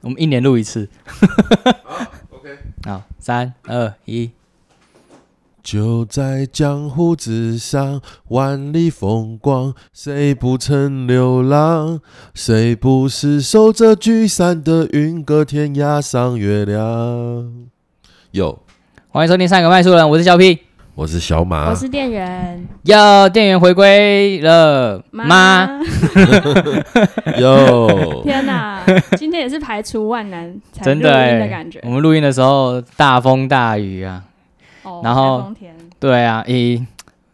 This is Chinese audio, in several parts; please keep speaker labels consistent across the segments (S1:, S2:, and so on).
S1: 我们一年录一次。
S2: 好，OK。
S1: 好，三二一，
S2: 就在江湖之上，万里风光，谁不曾流浪？谁不是守着聚散的云，隔天涯赏月亮？有，
S1: 欢迎收听《上一个麦树人》，我是小 P。
S2: 我是小
S1: 啊
S2: 马，
S3: 我是店员
S1: 哟，店员回归了吗？
S3: 妈，
S2: 有，
S3: 天哪，今天也是排除万难才
S1: 真
S3: 录音
S1: 哎、
S3: 的感觉
S1: 我。们录音的时候大风大雨啊，
S3: 哦
S1: 然后
S3: 台风天
S1: 对啊，一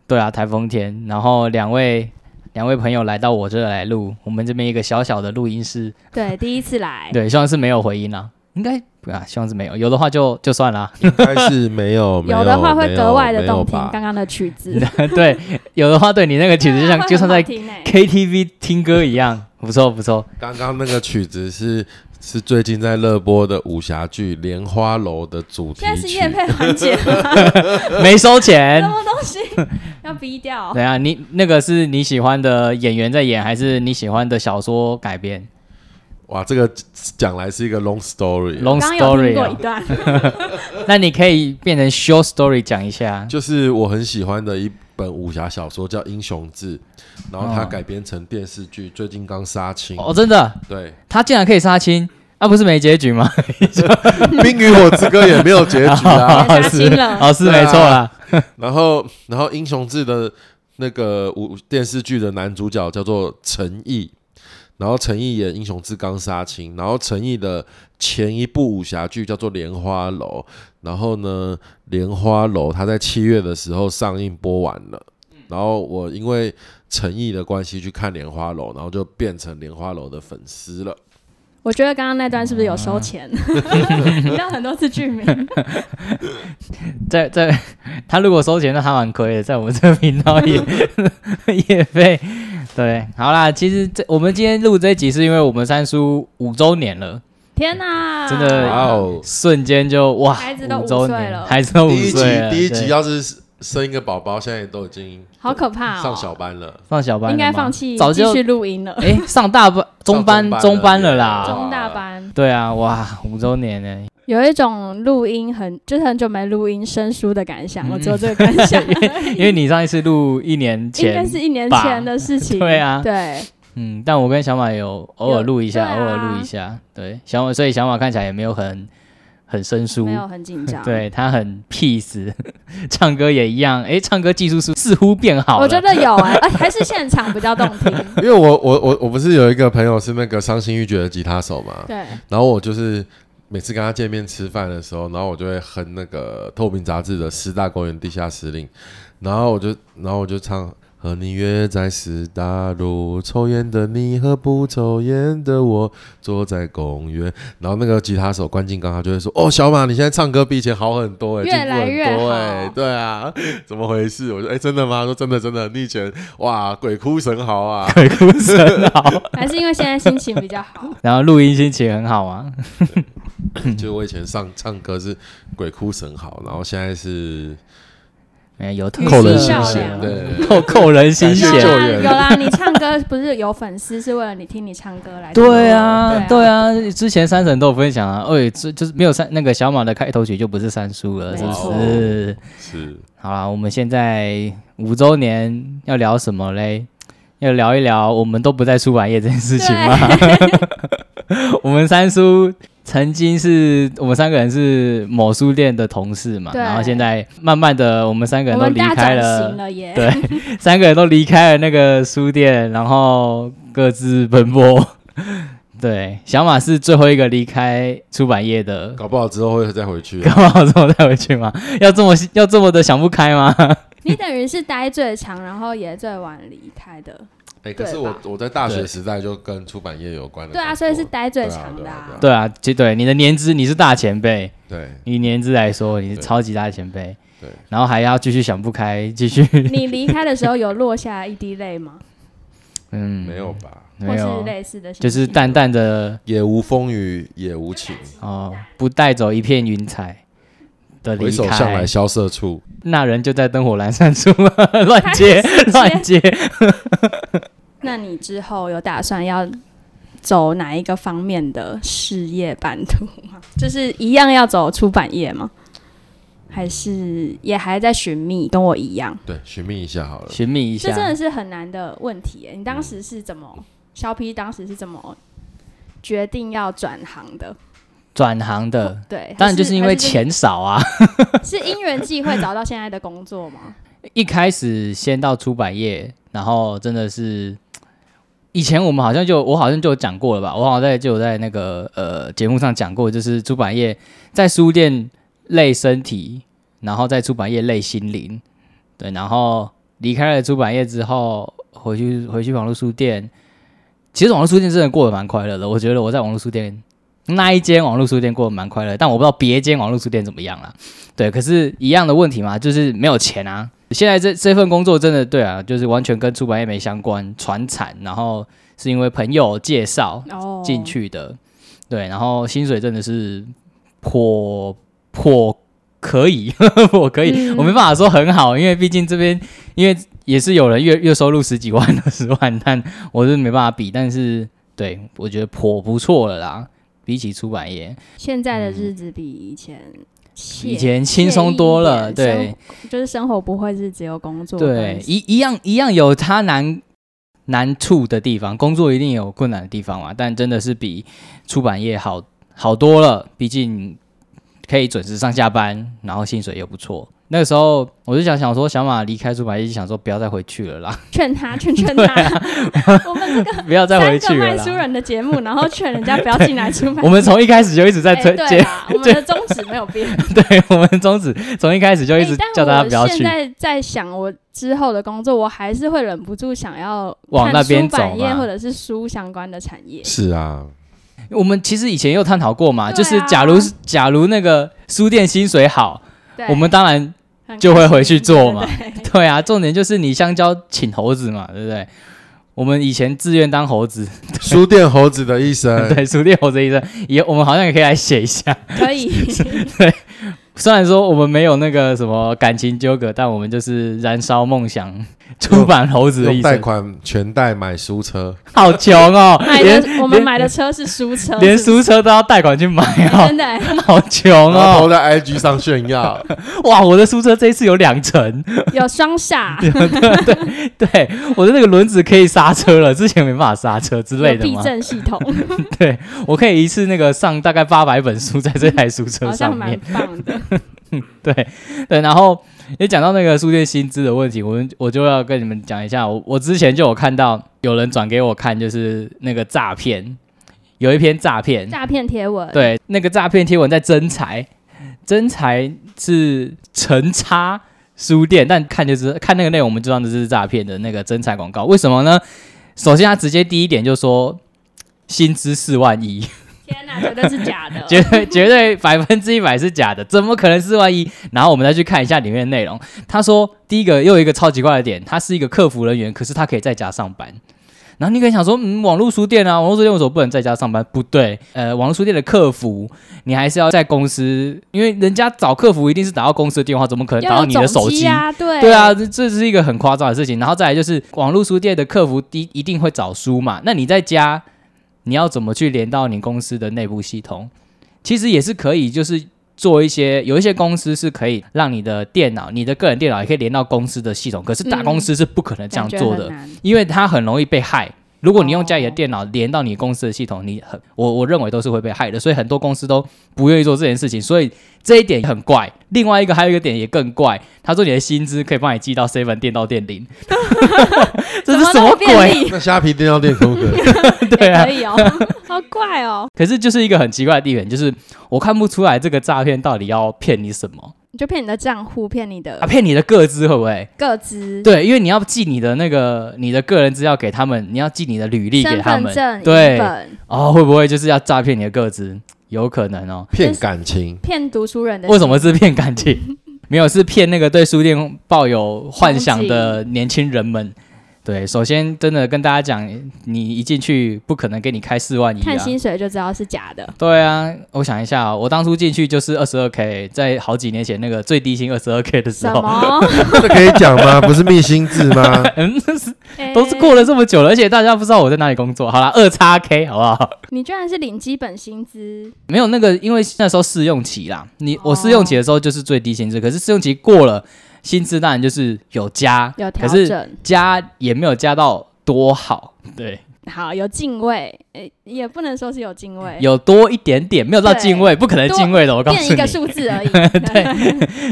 S1: 对啊，台风天，然后两位两位朋友来到我这来录，我们这边一个小小的录音室，
S3: 对第一次来，
S1: 对，希望是没有回音啦、应该不啊，希望是没有，有的话就就算啦。
S2: 应该是没有，没
S3: 有的话会格外的动
S2: 没有
S3: 听
S2: 吧
S3: 刚刚的曲子，
S1: 对，有的话对你那个曲子就 像就像在
S3: 会很好听哎
S1: KTV 听歌一样，不错不错。
S2: 刚刚那个曲子是是最近在热播的武侠剧《莲花楼》的主题
S3: 现在是
S2: 曲
S3: 夜，配环节吗，
S1: 没收钱
S3: 什，么东西要逼掉？
S1: 等一下你那个是你喜欢的演员在演，还是你喜欢的小说改编
S2: 哇，这个讲来是一个 long story， 啊
S1: ？Long
S3: 啊刚刚有听
S1: story，、
S3: 过一
S1: 哦、
S3: 段，
S1: 那你可以变成 short story 讲一下。
S2: 就是我很喜欢的一本武侠小说叫《英雄志》，然后它
S1: 哦
S2: 改编成电视剧，最近刚杀青。
S1: 哦，真的，
S2: 对，
S1: 他竟然可以杀青，那、不是没结局吗？
S2: 《冰与火之歌》也没有结局啊。
S3: 杀
S1: 是
S3: 青了
S1: 哦，是
S2: 对啊
S1: 没错啦。
S2: 然后，然后《英雄志》的那个武电视剧的男主角叫做陈毅，然后陈毅演《英雄志》刚杀青，然后陈毅的前一部武侠剧叫做《莲花楼》，然后呢，《莲花楼》它在七月的时候上映播完了。然后我因为陈毅的关系去看《莲花楼》，然后就变成《莲花楼》的粉丝了。
S3: 我觉得刚刚那段是不是有收 钱？你要很多次剧名，
S1: 在在， 他如果收钱，那他蛮亏的，在我们这个频道也 也费。对，好啦，其实这我们今天录这一集是因为我们三叔五周年了，
S3: 天哪，
S1: 真的
S2: 哇哦！
S1: 瞬间就哇，
S3: 孩子都
S1: 五周
S3: 五岁
S1: 年
S3: 了
S1: 孩子都五
S2: 第一集
S1: 岁了，
S2: 第一
S1: 哦对
S2: 集要是生一个宝宝，现在都已经
S3: 好可怕
S2: 上小
S3: 哦！
S2: 班了。
S1: 放小班了
S3: 应该
S1: 吗
S3: 放弃
S1: 早
S3: 继
S1: 就
S3: 续录音 了，
S1: 哎、上大班、中班、
S2: 上
S1: 中
S2: 中
S1: 班
S2: 班
S1: 了
S2: 了
S1: 啦。
S3: 中大班。
S1: 对啊，哇，五周年呢，
S3: 有一种录音很就是很久没录音生疏的感
S2: 嗯
S3: 想，我只有这个感 想，
S1: 因为你上一次录一年
S3: 应该
S1: 前，
S3: 是一年前的事情。
S1: 对啊
S3: 对，
S1: 嗯，但我跟小马有偶尔录一下，
S3: 有
S1: 偶
S3: 对啊
S1: 尔录一下，对，小马，所以小马看起来也没有很很生疏
S3: 没，有很紧张。，
S1: 对他很 peace，唱 歌也一样，哎、唱歌技术是似乎变好了，
S3: 我觉得有哎、哎还是现场比较动听。
S2: 因为我我我我不是有一个朋友是那个伤心欲绝的吉他手嘛，
S3: 对，
S2: 然后我就是每次跟他见面吃饭的时候，然后我就会哼那个《透明》杂志的《十大公园地下司令》，然后我就然后我就唱。和你约在十大路，抽烟的你和不抽烟的我坐在公园。然后那个吉他手关敬刚他就会说：“哦，小马，你现在唱歌比以前好很多哎、
S3: 越
S2: 进步
S3: 来越
S2: 很多哎、
S3: 好
S2: 对啊，怎么回事？”我说：“哎、真的吗？”他说：“真的，真的，你以前哇鬼哭神嚎啊。”
S1: 鬼哭神嚎，
S3: 还是因为现在心情比较好。
S1: 然后录音心情很好啊，嗯
S2: 就我以前上唱歌是鬼哭神嚎，然后现在是
S1: 哎有特
S3: 语气
S2: 扣
S1: 色
S2: 人心
S3: 漂
S2: 弦，
S3: 亮
S2: 对，
S1: 扣扣人心
S2: 谢
S1: 弦
S2: 感谢，
S3: 有
S2: 救
S3: 啦，
S2: 援
S3: 有啦，你唱歌不是有粉丝是为了你听你唱歌来听的？
S1: 对啊，对
S3: 对
S1: 啊，之前三婶都有分享啊，哎，这就是没有三那个小马的开头曲就不是三叔了，
S3: 没
S1: 是不
S3: 错
S1: 是？
S2: 是
S1: 好啦，我们现在五周年要聊什么嘞？要聊一聊我们都不在出版业这件事情吗？ 我们三叔曾经是我们三个人是某书店的同事嘛，
S3: 对
S1: 然后现在慢慢的我们三
S2: 啊
S1: 个人
S3: 我
S1: 都
S3: 们
S1: 离
S3: 大
S1: 开
S3: 转
S1: 了
S3: 型，了耶。
S1: 对，三个人都离开了那个书店，然后各自奔波。 对，小马是最后一个离开出版业的，
S2: 搞不好之后会再回去。啊
S1: 干嘛之后再回去吗？要这么要这么的想不开吗？
S3: 你等于是待最长，然后也最晚离开的。
S2: 哎，可是
S3: 对
S2: 我
S3: 吧
S2: 我在大学
S1: 对
S2: 时代就跟出版业有关的
S3: 对
S2: 工作，
S3: 啊，所以是待最
S2: 对啊
S3: 长
S2: 对
S3: 的、
S2: 啊对啊
S1: 对啊，其对你的年资，你是大前辈，
S2: 对
S1: 以年资来说，你是
S2: 对
S1: 超级大前辈。
S2: 对
S1: 然后还要继续想不开，继续
S2: 啊
S3: 你离开的时候有落下一滴泪吗？
S1: 嗯，
S2: 没有吧？
S3: 或
S1: 没
S3: 是
S1: 有，啊
S3: 类似的心
S1: 就
S3: 情，
S1: 是淡淡的
S2: 也无风雨也无晴，
S1: 哦，不带走一片云彩的离
S2: 回首向来
S1: 开，
S2: 萧瑟处。
S1: 那人就在灯火阑珊处 乱接
S3: 开始接
S1: 乱接。
S3: 那你之后有打算要走哪一个方面的事业版图吗？ 就是一样要走出版业吗？还是也还在寻觅，跟我一样？
S2: 对，寻觅一下好了。
S1: 寻觅一
S3: 这
S1: 下
S3: 真。的是很难的问题耶。你当时是怎么？肖 P 当时是怎么决定要转行的？
S1: 转行的，
S3: 对，
S1: 当
S3: 哦还
S1: 然就是因为，钱少啊。
S3: 还 是是因缘际会找到现在的工作吗？
S1: 一开始先到出版业，然后真的是。以前我们好像就我好像就有讲过了吧，我好像在就有在那个呃节目上讲过，就是出版业在书店累身体，然后在出版业累心灵，对，然后离开了出版业之后，回去回去网络书店，其实网络书店真的过得蛮快乐的，我觉得我在网络书店那一间网络书店过得蛮快乐，但我不知道别间网络书店怎么样啦，对，可是一样的问题嘛，就是没有钱啊，现在这这份工作真的对啊，就是完全跟出版业没相关，传产，然后是因为朋友介绍
S3: 哦，
S1: 进去的，对，然后薪水真的是颇颇可以， 我可以，
S3: 嗯
S1: 我没办法说很好，因为毕竟这边因为也是有人月月收入十几万、二十万，但我是没办法比，但是对我觉得颇不错了啦，比起出版业，
S3: 现在的日子比以前
S1: 嗯
S3: 惬。
S1: 以前轻松多了，
S3: 惬意一点
S1: 对。
S3: 生就是生活不会是只有工作
S1: 对
S3: 跟，
S1: 一一样一样有它难难处的地方，工作一定有困难的地方嘛，但真的是比出版业好好多了，毕竟可以准时上下班，然后薪水也不错。那个时候我就想想说，小马离开出版业，就想说不要再回去了啦，
S3: 劝他，劝劝他，我们这个
S1: 不要 再回
S3: 三
S1: 去
S3: 个
S1: 了
S3: 卖书
S1: 啦。
S3: 人的节目，然后劝人家不要进来出卖。
S1: 我们从一开始就一直在
S3: 哎
S1: 推
S3: 对
S1: 荐，
S3: 啦，我们的宗旨没有变。
S1: 对我们宗旨从一开始就一
S3: 哎
S1: 直
S3: 但
S1: 叫大家
S3: 我
S1: 不要去
S3: 现。在在想我之后的工作，我还是会忍不住想要
S1: 往
S3: 看
S1: 那边
S3: 出版
S1: 走
S3: 业
S1: 嘛
S3: 或者是书相关的产业。
S2: 是啊，
S1: 我们其实以前也有探讨过嘛，
S3: 对啊
S1: 就是假如是假如那个书店薪水好，
S3: 对，
S1: 我们当然
S3: 很开
S1: 就会
S3: 心
S1: 回去做嘛
S3: 对对对
S1: 对啊，重点就是你香蕉请猴子嘛，对不对？我们以前自愿当猴子，
S2: 书店猴子的一生，
S1: 对，熟练猴子医生，也我们好像也可以来写一下。
S3: 可以
S1: 虽然说我们没有那个什么感情纠葛，但我们就是燃烧梦想，出版猴子的
S2: 用
S1: 一
S2: 贷
S1: 生。
S2: 款全贷买书车，
S1: 好穷 哦，
S3: 买
S1: 连
S3: 的，我们买的车是书车，
S1: 连
S3: 是不
S1: 书车都要贷款去买
S3: 是
S1: 哦，
S3: 真的哎
S1: 好穷
S2: 然后
S1: 哦！
S2: 投在 IG 上 炫耀。
S1: 哇，我的书车这一次有两层，
S3: 有双下
S1: 对，我的那个轮子可以刹车了，之前没办法刹车之类
S3: 有
S1: 的
S3: 避
S1: 嘛。
S3: 震系统，
S1: 对，我可以一次那个上大概八百本书在 这台书车
S3: 好
S1: 上
S3: 像
S1: 面
S3: 蛮。棒 的。
S1: 对对，然后也讲到那个书店薪资的问题，我们我就要跟你们讲一下，我我之前就有看到有人转给我看，就是那个诈骗，有一篇诈骗，
S3: 诈骗贴文，
S1: 对，那个诈骗贴文在真才，真才是陈差书店，但看就知看那个内容，我们就知道这是诈骗的那个真才广告，为什么呢？首先，他直接第一点就说薪资四万一。
S3: 天哪，绝对是 假的。
S1: 绝对绝对百分之一百是假的，怎么可能四万一？然后我们再去看一下里面的内容。他说，第一个又有一个超级怪的点，他是一个客服人员，可是他可以在家上班。然后你可能想说，嗯，网络书店啊，网络书店为什么不能在家上班？不对，呃，网络书店的客服你还是要在公司，因为人家找客服一定是打到公司的电话，怎么可能打
S3: 要
S1: 到
S3: 有
S1: 你的手
S3: 总
S1: 机？
S3: 机啊，对
S1: 对啊，，这这是一个很夸张的事情。然后再来就是网络书店的客服一一定会找书嘛，那你在家你要怎么去连到你公司的内部系统？其实也是可以，就是做一些有一些公司是可以让你的电脑、你的个人电脑也可以连到公司的系统，可是大公司是不可能这样
S3: 嗯感觉
S1: 做
S3: 很
S1: 的，
S3: 难
S1: 因为它很容易被害。如果你用家里的
S3: 哦
S1: 电脑连到你公司的系统，你很我我认为都是会被害的，所以很多公司都不愿意做这件事情，所以这一点很怪。另外一个还有一个点也更怪，他说你的薪资可以帮你寄到 seven 店到店 零，这是什
S3: 怎么那么便
S1: 鬼？
S3: 利？
S2: 那虾皮电到店可不可 以？
S1: 对啊
S3: 也可，以哦， 好怪哦，
S1: 可是就是一个很奇怪的地点，就是我看不出来这个诈骗到底要骗你什么
S3: 你就骗你的账户，骗你
S1: 啊？
S3: 的
S1: 骗你的个资会不会？
S3: 个资、
S1: 对，因为你要寄你的那个你的个人资料给他们，你要寄你的履历给
S3: 身
S1: 他
S3: 份
S1: 们，
S3: 证、
S1: 对
S3: 一本，
S1: 哦，会不会就是要诈骗你的个资？有可能哦。
S2: 骗 感情，
S3: 骗读书人的
S1: 为什么是骗感 情？没有，是骗那个对书店抱有幻想的年轻人们。对，首先真的跟大家讲，你一进去不可能给你开四万一、啊，
S3: 看薪水就知道是 假的。
S1: 对啊，我想一下、哦，我当初进去就是二十二 k，在好几年前那个最低薪二十二 k 的时
S3: 什
S1: 候，
S3: 么？
S2: 这可以讲吗？不是密心制吗？
S1: 嗯，那是
S3: 哎
S1: 都是过了这么久了，而且大家不知道我在哪里工作。 好啦，二叉 k 好不好？
S3: 你居然是领基本薪资，
S1: 没有那个，因为那时候试用期啦，你我
S3: 哦
S1: 试用期的时候就是最低薪资，可是试用期过了，薪资当然就是有加，
S3: 有
S1: 可
S3: 调
S1: 是
S3: 整，
S1: 加也没有加到多好，对，
S3: 好有敬畏，诶，也不能说是有敬畏，
S1: 有多一点点，没有到
S3: 对
S1: 敬畏，不可能
S3: 多
S1: 敬畏的，我告
S3: 变
S1: 诉
S3: 一个
S1: 你，
S3: 数字 而已，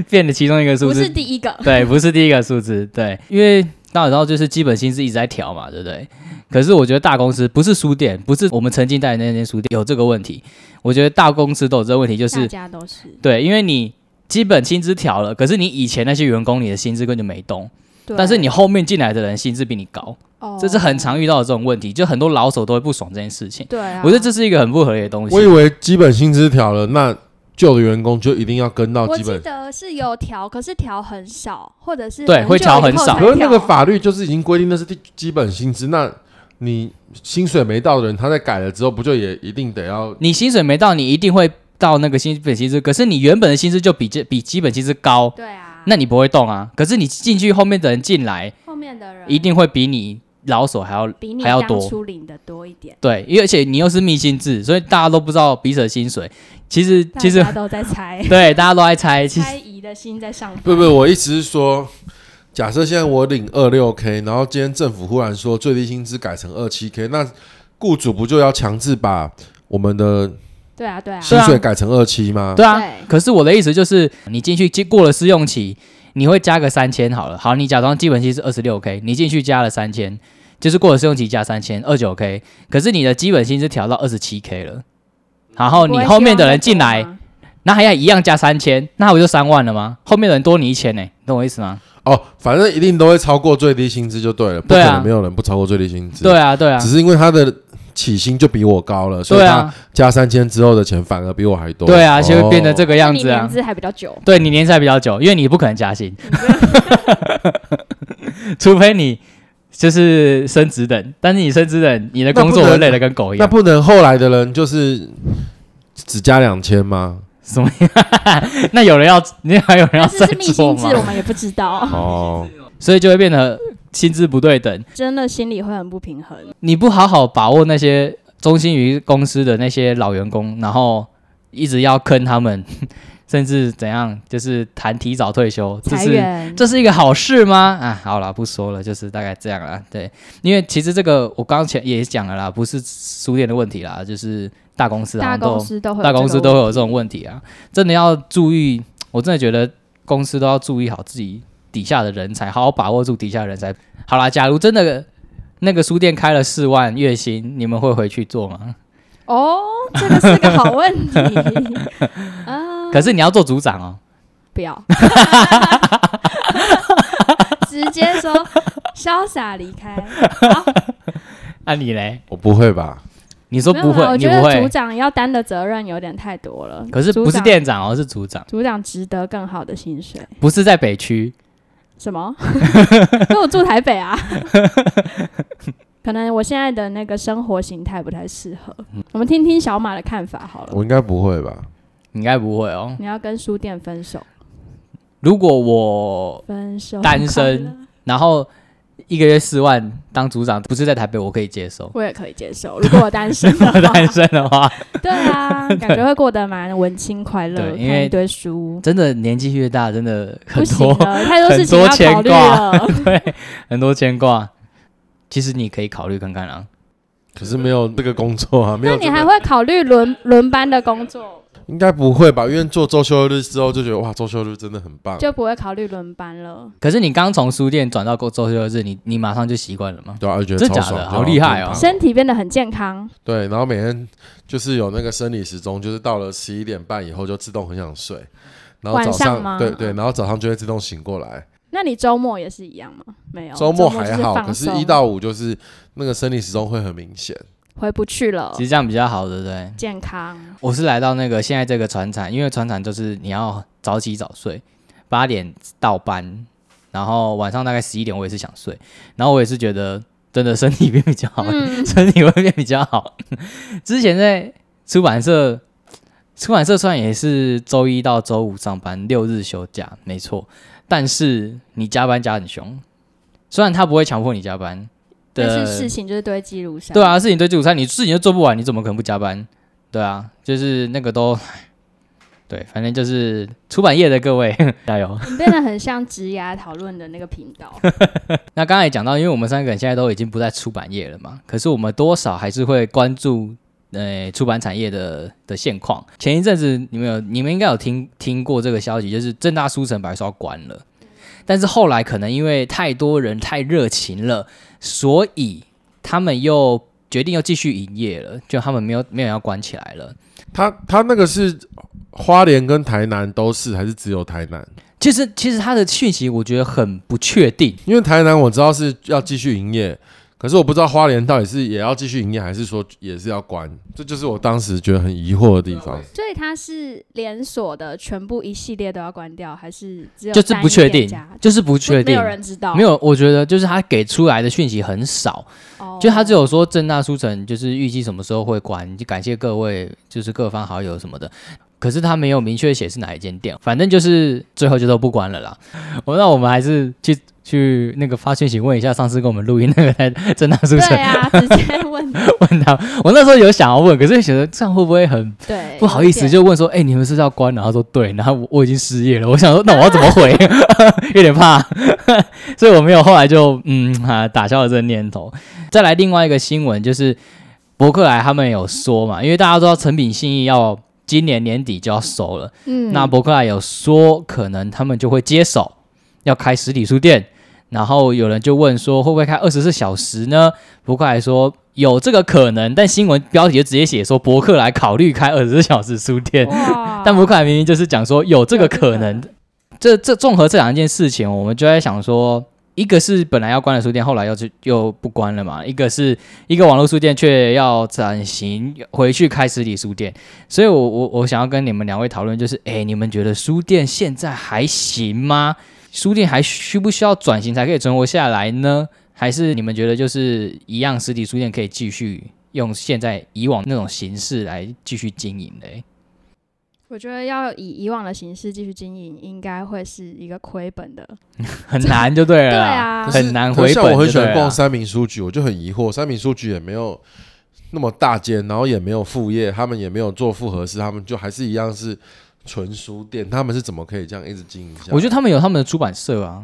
S1: 变了其中一个数
S3: 不
S1: 字
S3: 是，第一个。
S1: 对，不是第一个数字，对，因为大家知道就是基本薪资一直在调嘛，对不对？可是我觉得大公司不是书店，不是我们曾经待的那间书店有这个问题，我觉得大公司都有这个问题，就是
S3: 大家都是，
S1: 对，因为你基本薪资调了，可是你以前那些员工你的薪资根本就没动，
S3: 对
S1: 但是你后面进来的人薪资比你高，
S3: 哦
S1: 这是很常遇到的这种问题，就很多老手都会不爽这件事情。
S3: 对啊，
S1: 我觉得这是一个很不合理的东西
S2: 我以。为基本薪资调了，那旧的员工就一定要跟到
S3: 我
S2: 基
S3: 记
S2: 本。
S3: 得是有调，可是调很少，或者是
S1: 对
S3: 很久
S1: 会调很
S3: 以后
S1: 少
S3: 才
S2: 可是那个
S3: 调
S2: 法律就是已经规定那是第基本薪资，那你薪水没到的人，他在改了之后，不就也一定得要？
S1: 你薪水没到，你一定会到那个薪本薪资，可是你原本的薪资就比这比基本薪资高，
S3: 对啊，
S1: 那你不会动啊。可是你进去后面的人进来，
S3: 后面的人
S1: 一定会比你老手还要
S3: 比你
S1: 还要
S3: 当
S1: 多
S3: 初领的多一点。
S1: 对，因为而且你又是密薪制，所以大家都不知道彼此的薪水。其实其实，
S3: 大家都在猜
S1: 对大家都在猜， 其实
S3: 猜疑的心在上
S2: 不
S3: 方。
S2: 不，我意思是说，假设现在我领二六 k，然后今天政府忽然说最低薪资改成二七 k，那雇主不就要强制把我们的
S3: 对啊对啊，
S2: 薪水改成二七吗？
S1: 对啊
S3: 对，
S1: 可是我的意思就是，你进去经过了试用期，你会加个三千好了。好，你假装基本薪是二十六 k，你进去加了三千，就是过了试用期加三千，二九 k。可是你的基本薪是调到二十七 k 了，然后
S3: 不
S1: 你
S3: 会
S1: 后面
S3: 希望
S1: 的人
S3: 再多啊
S1: 进来，
S3: 吗，
S1: 那还要一样加三千，那我就三万了吗？后面的人多你一千呢、你懂我意思吗？
S2: 哦，反正一定都会超过最低薪资就对了，不
S1: 对
S2: 可
S1: 啊
S2: 能没有人不超过最低薪资。
S1: 对啊，对啊
S2: 只，是因为他的起薪就比我高了，所以
S1: 对
S2: 他
S1: 啊，
S2: 加三千之后的钱反而比我还多。哦
S1: 对啊，就会变成这
S2: 个。
S1: 个
S3: 那
S1: 样
S3: 你
S1: 子啊
S3: 年。资还比较久，
S1: 对你年赛比较久，因为你不可能加薪， 除非你就是升职等，但是你升职等，你的工作
S2: 那不
S1: 会
S2: 能
S1: 累得跟狗一
S2: 那
S1: 样。
S2: 不能后来的人就是只加两千吗？
S1: 什么？ 那有人要，你还有人 要
S3: 但是
S1: 再
S3: 是密
S1: 做
S3: 薪制，我
S1: 吗？
S3: 们也不知道，
S2: 哦，
S1: 所以就会变得薪资不对等，
S3: 真的心里会很不平衡。
S1: 你不好好把握那些中心于公司的那些老员工，然后一直要坑他们， 甚至怎样，就是谈提早退休，这
S3: 裁
S1: 是
S3: 员，
S1: 这是一个好事吗？啊，好啦，不说了，就是大概这样啦。对，因为其实这个我刚前也讲了啦，不是书店的问题啦，就是大公司好
S3: 大
S1: 像都
S3: 公司都会有
S1: 大公司
S3: 这个
S1: 都会有
S3: 问
S1: 这种问题啊，真的要注意。我真的觉得公司都要注意好自己底下的人才，好好把握住底下的人才。好啦，假如真的那个书店开了四万月薪，你们会回去做吗？
S3: 题哦，这个是个好问题啊，
S1: 可是你要做组长哦，
S3: 不要，直接说潇洒离开。
S1: 那、你嘞？
S2: 我不会吧？
S1: 你说
S3: 没
S1: 不
S3: 有啦
S1: 会，
S3: 我
S1: 你
S3: 觉
S1: 不
S3: 得组
S1: 会，
S3: 长要担的责任有点太多了。
S1: 可是不
S3: 组
S1: 是
S3: 长
S1: 店长哦，是组长，
S3: 组长值得更好的薪水。
S1: 不是在北区。
S3: 什么？ 因为我住台北啊，可能我现在的那个生活形态不太适合。我们听听小马的看法好
S1: 嗯
S3: 了。
S2: 我应该不会吧？
S1: 应该不会哦。
S3: 你要跟书店分手，
S1: 如果我
S3: 分手
S1: 单身
S3: 快乐，。
S1: 然后一个月四万当组长，不是在台北，我可以接受
S3: 我也可以接受。如果我单身的话，
S1: 单身的话，
S3: 对啊，感觉会过得蛮文青快乐，
S1: 对因
S3: 看
S1: 为
S3: 一堆书。
S1: 真的年纪越大，真的很
S3: 不 行
S1: 多
S3: 了，太多事情要
S1: 很多
S3: 考虑
S1: 牵挂
S3: 了。
S1: 很多牵挂。其实你可以考虑看看啊。
S2: 可是没有这个工作啊，没
S3: 那
S2: 有、
S3: 你还会考虑轮轮班的工作，
S2: 应该不会吧？因为做周休日之后就觉得哇，周休日真的很棒，
S3: 就不会考虑轮班了。
S1: 可是你刚从书店转到周休日，你你马上就习惯了吗？
S2: 对啊，就觉得
S1: 真的
S2: 超
S1: 假的
S2: 爽，
S1: 好厉害哦
S2: 哦。
S3: 身体变得很健康，
S2: 对，然后每天就是有那个生理时钟，就是到了十一点半以后就自动很想睡，然后早
S3: 晚上吗
S2: 对对，然后早上就会自动醒过来。
S3: 那你周末也是一样吗？没有，
S2: 周
S3: 末就
S2: 还好，
S3: 放
S2: 可是
S3: 松
S2: 一到五就是那个生理时钟会很明显。
S3: 回不去了
S1: 其，实这样比较好，对不对？
S3: 健康。
S1: 我是来到那个现在这个船厂，因为船厂就是你要早起早睡，八点到班，然后晚上大概十一点我也是想睡，然后我也是觉得真的身体变比较好，
S3: 嗯
S1: 身体会变比较好。 之前在出版社，出版社虽然也是周一到周五上班，六日休假，没错，但是你加班加很凶，虽然他不会强迫你加班。
S3: 但
S1: 的。
S3: 是事情就是堆积如山。
S1: 对，啊，事情堆积如山，你事情都做不完，你怎么可能不加班？对啊，就是那个都， 对，反正就是出版业的各位 加油。
S3: 我们变得很像职涯讨论的那个频 道。
S1: 那刚才也讲到，因为我们三个人现在都已经不在出版业了嘛，可是我们多少还是会关注。呃，出版产业的的现况，前一阵子你们有，你们应该有听听过这个消息，就是正大书城白烧关了，但是后来可能因为太多人太热情了，所以他们又决定又继续营业了，就他们没有没有要关起来了。
S2: 他他那个是花莲跟台南都是，还是只有台南？
S1: 其实其实他的讯息我觉得很不确定，
S2: 因为台南我知道是要继续营业，可是我不知道花莲到底是也要继续营业，还是说也是要关。这就是我当时觉得很疑惑的地方。
S3: 所以它是连锁的，全部一系列都要关掉，还是只有
S1: 就是不确定
S3: 单一店家
S1: 就是不确
S3: 没
S1: 定
S3: 有。人知道，
S1: 没有，我觉得就是他给出来的讯息很少，
S3: 哦，
S1: 就他只有说正大书城就是预计什么时候会关，就感谢各位就是各方好友什么的。可是他没有明确写是哪一间店，反正就是最后就都不关了啦。我那我们还是去去那个发讯息问一下上次跟我们录音那个在正大书
S3: 对
S1: 城、
S3: 啊，直接问，
S1: 问他。我那时候有想要问，可是觉得这样会不会很
S3: 对，
S1: 不好意思，
S3: 有点
S1: 就问说，哎、你们是不是要关？然后他说对，然后我我已经失业了，我想说，那我要怎么回？ 有点怕， 所以我没有后来就嗯啊打消了这个念头。再来另外一个新闻就是伯克莱他们有说嘛，因为大家都知道成品信义要今年年底就要收了，
S3: 嗯，
S1: 那伯克莱有说可能他们就会接手，要开实体书店。然后有人就问说会不会开二十四小时呢？伯克莱说有这个可能，但新闻标题就直接写说伯克莱考虑开二十四小时书店，
S3: 哇，
S1: 但伯克莱明明就是讲说有这个可
S3: 有
S1: 能。这这综合这两件事情，我们就在想说，一个是本来要关的书店，后来又去又不关了嘛；一个是一个网络书店却要转型回去开实体书店。所以我，我我想要跟你们两位讨论，就是，哎，你们觉得书店现在还行吗？书店还需不需要转型才可以存活下来呢？还是你们觉得就是一样实体书店可以继续用现在以往那种形式来继续经营嘞？
S3: 我觉得要以以往的形式继续经营，应该会是一个亏本的。
S1: 很难就对了
S3: 对
S1: 啦，
S3: 啊，
S1: 很难
S2: 可
S1: 回
S2: 是
S1: 本。
S2: 像我很喜欢逛，三明书局，我就很疑惑，三明书局也没有那么大间，然后也没有副业，他们也没有做复合式，他们就还是一样是纯书店，他们是怎么可以这样一直经营下去？
S1: 我觉得他们有他们的出版社啊，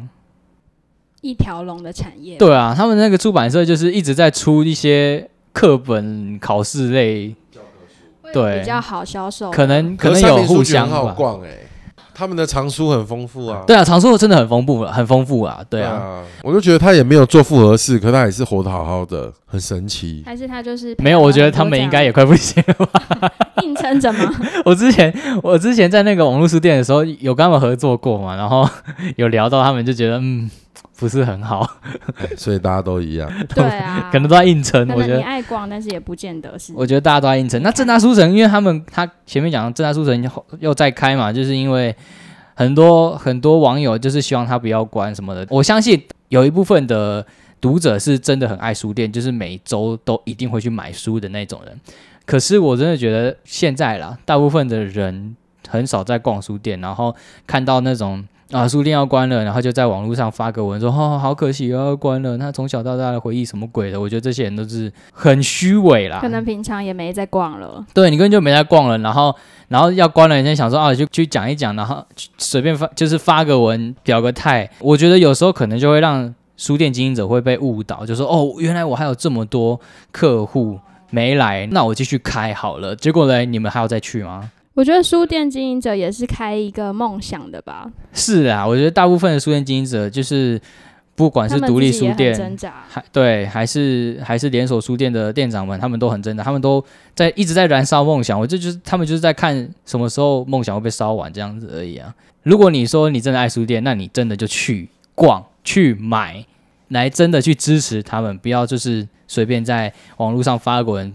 S3: 一条龙的产业。
S1: 对啊，他们那个出版社就是一直在出一些课本、考试类，
S3: 会
S1: 对
S3: 比较好啊销售。
S1: 可能
S2: 可
S1: 可能
S2: 是三
S1: 有
S2: 明
S1: 互
S2: 书局
S1: 相
S2: 很好
S1: 吧。
S2: 逛哎、他们的藏书很丰富啊。
S1: 对啊，长寿真的很丰富，很丰富啊，对啊，
S2: 啊，我就觉得他也没有做复合式，可他也是活得好好的，很神奇。
S3: 还是他就是
S1: 没有，我觉得他们应该也快不行了吧。
S3: 硬撑着嘛。
S1: 我之前我之前在那个网络书店的时候，有跟他们合作过嘛，然后有聊到他们就觉得嗯不是很
S3: 啊
S1: 好，
S2: 所以大家都一样。
S3: 对啊，
S1: 可能都在硬撑。
S3: 可
S1: 我觉
S3: 能
S1: 得
S3: 你爱逛，但是也不见得是。
S1: 我觉得大家都在应承。那正大书城，因为他们他前面讲正大书城又又在开嘛，就是因为很多很多网友就是希望他不要关什么的。我相信有一部分的读者是真的很爱书店，就是每周都一定会去买书的那种人。可是我真的觉得现在啦，大部分的人很少在逛书店，然后看到那种。啊，书店要关了，然后就在网络上发个文说：“哦，好可惜，要关了。”那从小到大的回忆什么鬼的？我觉得这些人都是很虚伪啦，
S3: 可能平常也没在逛了，
S1: 对你根本就没在逛了，然后然后要关了，人家想说啊，就去讲一讲，然后去随便发就是发个文表个态，我觉得有时候可能就会让书店经营者会被误导，就说哦，原来我还有这么多客户没来，那我继续开好了，结果呢，你们还要再去吗？
S3: 我觉得书店经营者也是开一个梦想的吧，
S1: 是啊，我觉得大部分的书店经营者就是不管
S3: 他
S1: 是
S3: 们
S1: 独立
S3: 自己
S1: 书
S3: 也很
S1: 店，
S3: 挣扎，
S1: 还对，还是还是连锁书店的店长们，他们都很挣扎，他们都在一直在燃烧梦想。我这就是他们就是在看什么时候梦想会被烧完这样子而已啊。如果你说你真的爱书店，那你真的就去逛、去买，来真的去支持他们，不要就是随便在网络上发个文，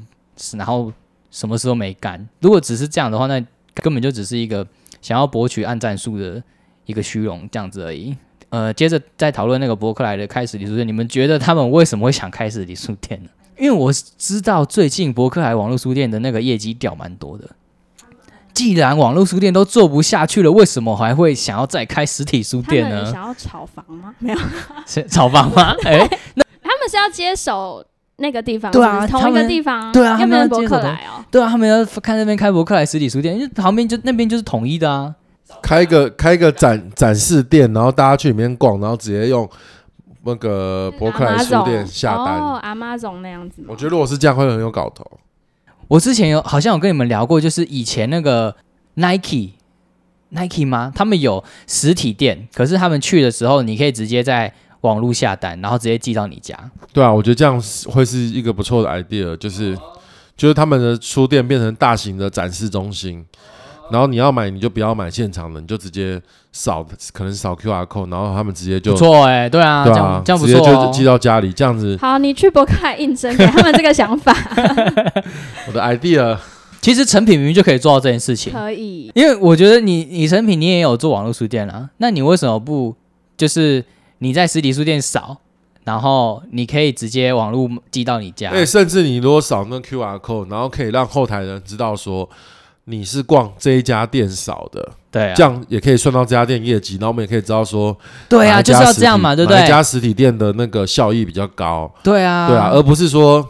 S1: 然后什么事都没干。如果只是这样的话，那根本就只是一个想要博取按赞数的一个虚荣这样子而已。呃，接着再讨论那个伯克莱的开始理书店，你们觉得他们为什么会想开始理书店呢？因为我知道最近伯克莱网络书店的那个业绩掉蛮多的。既然网络书店都做不下去了，为什么还会想要再开实体书
S3: 他们
S1: 店
S3: 有
S1: 呢？
S3: 想要炒房吗？没有，
S1: 是炒房 吗？哎、
S3: 他们是要接手那个地方，
S1: 对啊
S3: 是不是同一
S1: 他
S3: 个
S1: 们
S3: 地方，
S1: 对啊
S3: 要不
S1: 他
S3: 然
S1: 们要
S3: 博
S1: 接手
S3: 客
S1: 同
S3: 来哦。
S1: 对啊，他们要看那边开伯克莱实体书店，因为旁边就那边就是统一的啊。
S2: 开个开个展展示店，然后大家去里面逛，然后直接用那个博客来书店下单。
S3: 哦，阿妈总那样子吗？
S2: 我觉得如果是这样，会很有搞头。
S1: 我之前有好像有跟你们聊过，就是以前那个 Nike Nike 吗？他们有实体店，可是他们去的时候，你可以直接在网络下单，然后直接寄到你家。
S2: 对啊，我觉得这样是会是一个不错的 idea，就是就是他们的书店变成大型的展示中心，然后你要买你就不要买现场的，你就直接扫，可能扫 QR code，然后他们直接就
S1: 不错哎、对啊，
S2: 对
S1: 这
S2: 啊
S1: 样，这样不
S2: 直接
S1: 错、
S2: 就
S1: 哦。
S2: 寄到家里，这样子
S3: 好，你去博客来应征，给他们这个想 法
S2: 我的 idea
S1: 其实成品明明就可以做到这件事情，
S3: 可以。
S1: 因为我觉得你你成品你也有做网络书店啦，那你为什么不就是你在实体书店扫，然后你可以直接网络寄到你家？
S2: 对，哎甚至你如果扫那 QR code，然后可以让后台人知道说你是逛这一家店扫的，
S1: 对啊
S2: 这，样也可以算到这家店业绩，然后我们也可以知道说
S1: 对
S2: 哪
S1: 啊，
S2: 一
S1: 就
S2: 家
S1: 是要
S2: 实
S1: 这样
S2: 体
S1: 嘛，对不
S2: 哪一
S1: 对？
S2: 家实体店的那个效益比较高，
S1: 对啊，
S2: 对啊，而不是说。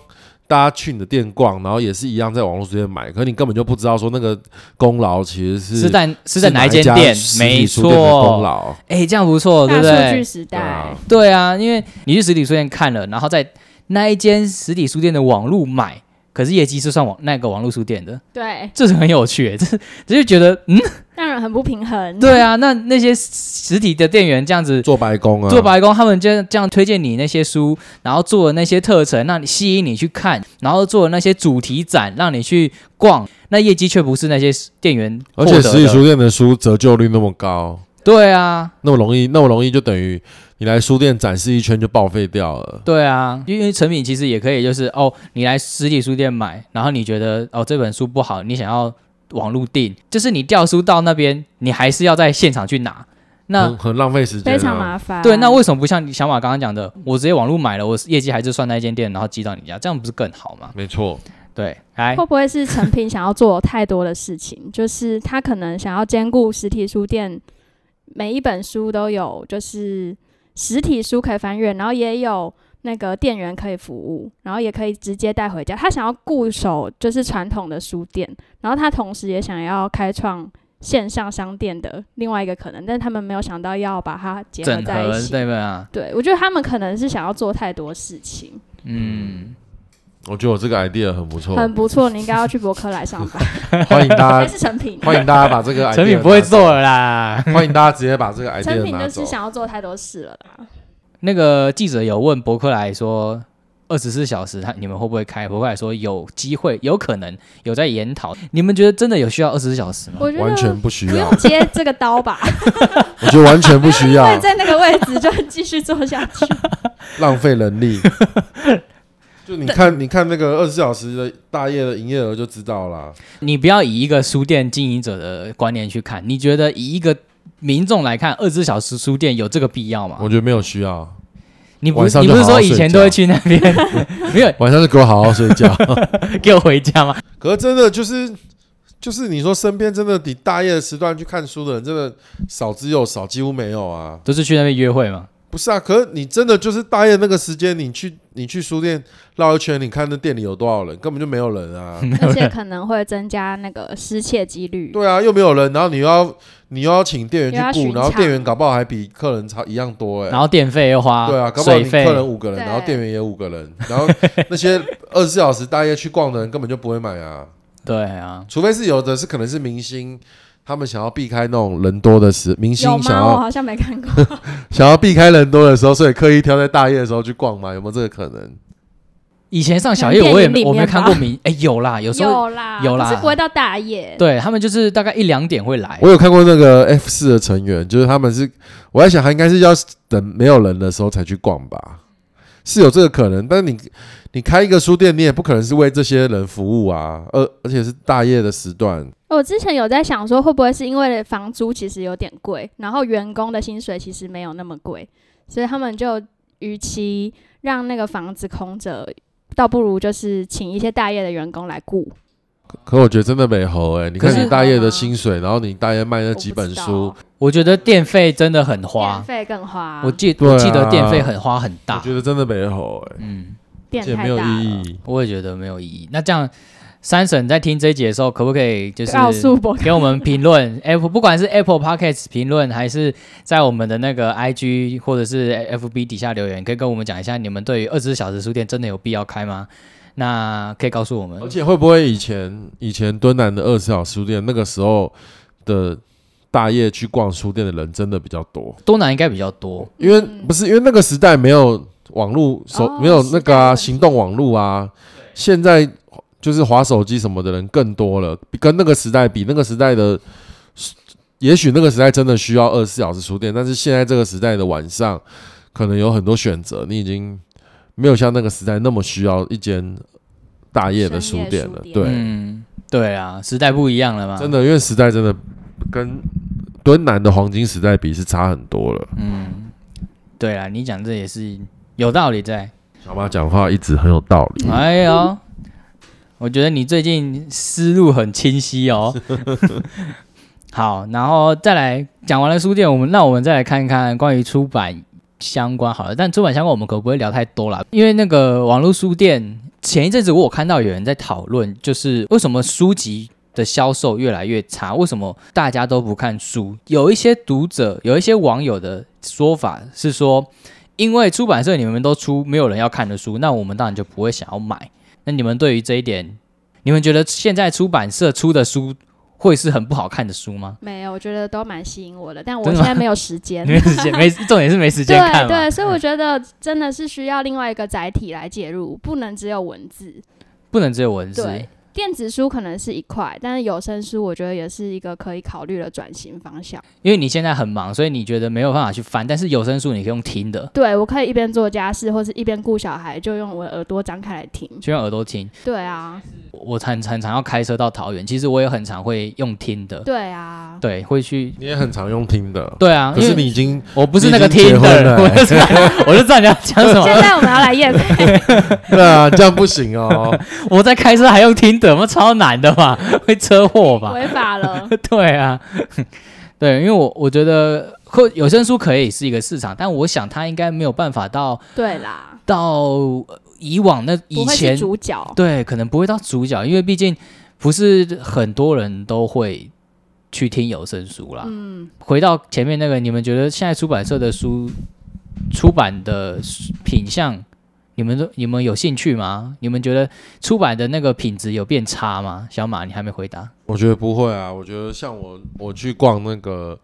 S2: 大家去你的店逛，然后也是一样在网络书店买，可你根本就不知道说那个功劳其实是
S1: 是在是在哪一
S2: 一
S1: 间
S2: 家
S1: 店？
S2: 实
S1: 没
S2: 体书店的功
S1: 错，
S2: 劳，
S1: 哎，这样不错，对
S3: 大
S1: 不
S3: 数据
S1: 对？
S3: 时
S2: 哦对
S3: 代
S2: 啊，，
S1: 对啊，因为你去实体书店看了，然后在那一间实体书店的网路买，可是业绩是算网那个网路书店的，
S3: 对，
S1: 这是很有趣，这这就觉得嗯，
S3: 让人很不平衡。
S1: 对啊，那那些实体的店员这样子。
S2: 做白工啊，
S1: 做白工，他们就这样推荐你那些书，然后做的那些特程，让你吸引你去看，然后做的那些主题展，让你去逛，那业绩却不是那些店员获
S2: 而
S1: 得
S2: 且
S1: 的。
S2: 实体书店的书折旧率那么高，
S1: 对啊，
S2: 那么容易，那么容易就等于你来书店展示一圈就报废掉了。
S1: 对啊，因为成品其实也可以，就是哦，你来实体书店买，然后你觉得哦这本书不好，你想要网络订，就是你调书到那边，你还是要在现场去拿。那、
S2: 很很浪费时间、啊，
S3: 非常麻烦。
S1: 对，那为什么不像小马刚刚讲的，我直接网络买了，我业绩还是算那一间店，然后寄到你家，这样不是更好吗？
S2: 没错，
S1: 对，来
S3: 会，不会是成品想要做太多的事情？ 就是他可能想要兼顾实体书店，每一本书都有，就是实体书可以翻阅，然后也有那个店员可以服务，然后也可以直接带回家。他想要固守就是传统的书店，然后他同时也想要开创线上商店的另外一个可能，但是他们没有想到要把它结合
S1: 整
S3: 在一
S1: 合
S3: 起。
S1: 对不对啊？
S3: 对，我觉得他们可能是想要做太多事情，
S1: 嗯，
S2: 我觉得我这个 idea 很不错，
S3: 很不错。你应该要去博客来上 班，
S2: 欢迎大家，
S3: 还 是成品？
S1: 啊
S2: 欢迎大家把这个 idea
S1: 成品不会
S2: 拿走，
S1: 做了啦。
S2: 欢迎大家直接把这个
S3: 成
S2: idea
S3: 品
S2: 拿
S3: 就是
S2: 走。
S3: 想要做太多事了啦。
S1: 那个记者有问伯克莱说，二十四小时他你们会不会开？伯克莱说有机会，有可能有在研讨。你们觉得真的有需要二十四小时吗？
S3: 我觉
S2: 完全
S3: 得
S2: 不需
S3: 不
S2: 要
S3: 用，接这个刀吧，
S2: 我觉得完全 不需要
S3: 会，在那个位置就继续做下去。
S2: 浪费人力。就你看，你看那个二十四小时的大业的营业额就知道啦。
S1: 你不要以一个书店经营者的观念去看，你觉得以一个民众来看，二十四小时书店有这个必要吗
S2: 我？觉得没有需要，
S1: 你不
S2: 晚上
S1: 你
S2: 就
S1: 不是
S2: 好好
S1: 说
S2: 睡
S1: 以前都会去那边， 没有
S2: 晚上就给我好好睡觉。
S1: 给我回家吗？
S2: 可是真的就是就是你说身边真的你大夜的时段去看书的人真的少之又少，几乎没有啊。
S1: 都是去那边约会吗？
S2: 不是啊，可是你真的就是大夜那个时间，你去你去书店绕一圈，你看那店里有多少人，根 本就没有人啊。
S3: 而且可能会增加那个失窃几率。
S2: 对啊，又没有人，然后你又要你又要请店
S3: 又
S2: 员
S3: 要
S2: 去
S3: 巡
S2: 顾，然后
S3: 场
S2: 店员搞不好还比客人差一样多哎、
S1: 然后电费又花，
S2: 对啊，搞不好
S1: 水
S2: 你
S1: 费
S2: 客人五个人，
S3: 对
S2: 然后店员也五个人，然后那些 二十四小时大夜去逛的人根本就不会买啊。
S1: 对啊，
S2: 除非是有的是可能是明星，他们想要避开那种人多的时，明星
S3: 有
S2: 想
S3: 吗？我
S2: 要
S3: 好像没看过。
S2: 想要避开人多的时候，所以刻意挑在大夜的时候去逛嘛？有没有这个可能？
S1: 以前上小夜我也
S3: 电影里面吧
S1: 我没看过 明，哎有啦，有时候
S3: 有啦，
S1: 有啦
S3: 可是不会到大夜。
S1: 对他们就是大概一两点会来
S2: 我，有看过那个 F 四的成员，就是他们是，我在想他应该是要等没有人的时候才去逛吧，是有这个可能。但是你你开一个书店，你也不可能是为这些人服务啊，而而且是大夜的时段，
S3: 我之前有在想说，会不会是因为房租其实有点贵，然后员工的薪水其实没有那么贵，所以他们就与其让那个房子空着，倒不如就是请一些大业的员工来雇。
S2: 可我觉得真的没猴哎、你
S1: 可
S2: 看
S1: 是
S2: 你大业的薪水，然后你大业卖那几本书，
S1: 我觉得电费真的很
S3: 花
S1: 花，
S3: 费更花，
S1: 我记、
S2: 对啊
S1: 我记得电费很花很
S2: 我
S1: 大，
S2: 觉得真的没猴哎、
S1: 嗯，
S3: 变
S2: 这也
S3: 太
S2: 没有
S3: 大了。
S2: 意义。
S1: 我也觉得没有意义。那这样，三婶在听这一集的时候，可不可以就是
S3: 告诉我，
S1: 给我们评论 Apple，不管是 Apple Podcast 评论，还是在我们的那个 IG 或者是 FB 底下留言，可以跟我们讲一下，你们对于二十四小时书店真的有必要开吗？那可以告诉我们
S2: 而。且会不会以前以前敦南的二十四小时书店那个时候的大业去逛书店的人真的比较多？
S1: 多南应该比较多，
S2: 因为
S3: 嗯
S2: 不是因为那个时代没有网络手、
S3: 哦
S2: 没有那个
S3: 时代
S2: 啊
S3: 问题
S2: 行动网络啊，现在就是划手机什么的人更多了，比跟那个时代比，那个时代的也许那个时代真的需要二十四小时书店，但是现在这个时代的晚上可能有很多选择，你已经没有像那个时代那么需要一间大业的书店了，
S3: 深夜书店
S2: 对。
S1: 嗯，对啊，时代不一样了嘛，
S2: 真，的，因为时代真的跟敦南的黄金时代比是差很多了。
S1: 嗯，对啊，你讲这也是有道理在。
S2: 小马讲话一直很有道理，
S1: 哎呦，我觉得你最近思路很清晰哦。好，然后再来讲完了书店，我们那我们再来看看关于出版相关好了，但出版相关我们可不会聊太多啦，因为那个网络书店前一阵子我有看到有人在讨论，就是为什么书籍。的销售越来越差，为什么大家都不看书？有一些读者，有一些网友的说法是说，因为出版社你们都出没有人要看的书，那我们当然就不会想要买。那你们对于这一点，你们觉得现在出版社出的书会是很不好看的书 吗？
S3: 没有，我觉得都蛮吸引我的，但我
S1: 真的
S3: 现
S1: 吗
S3: 在没有时间
S1: 你。没时间，没重点是没时间看嗯
S3: 对
S1: 嘛。
S3: 对，所以我觉得真的是需要另外一个载体来介入，不能只有文字。
S1: 不能只有文字
S3: 对。，电子书可能是一块，但是有声书我觉得也是一个可以考虑的转型方向。
S1: 因为你现在很忙，所以你觉得没有办法去翻。但是有声书你可以用听的，
S3: 对我可以一边做家事，或是一边顾小孩，就用我的耳朵张开来听。
S1: 就用耳朵听。
S3: 对啊，
S1: 我很很常要开车到桃园，其实我也很常会用听的，
S3: 对啊，
S1: 对，会去。
S2: 你也很常用听的，
S1: 对啊，
S2: 可是
S1: 因为
S2: 你已经
S1: 我不是那个
S2: 你已经结
S1: 听
S2: 婚
S1: 的，
S2: 了
S1: 我就知道我就知道你要讲什么。
S3: 现在我们要 来验配，
S2: 对啊，这样不行哦。
S1: 我在开车还用听的吗？超难的 吧，会车祸吧？
S3: 违法了。
S1: 对啊， 对，因为我我觉得或有声书可以是一个市场，但我想它应该没有办法到
S3: 对啦，
S1: 到呃以往那以
S3: 不会
S1: 前
S3: 是主角。
S1: 对，可能不会到主角，因为毕竟不是很多人都会去听有声书啦。
S3: 嗯，
S1: 回到前面那个，你们觉得现在出版社的书出版的品相，你们都你们有兴趣吗？你们觉得出版的那个品质有变差吗？小马，你还没回答。
S2: 我觉得不会啊，我觉得像我我去逛那个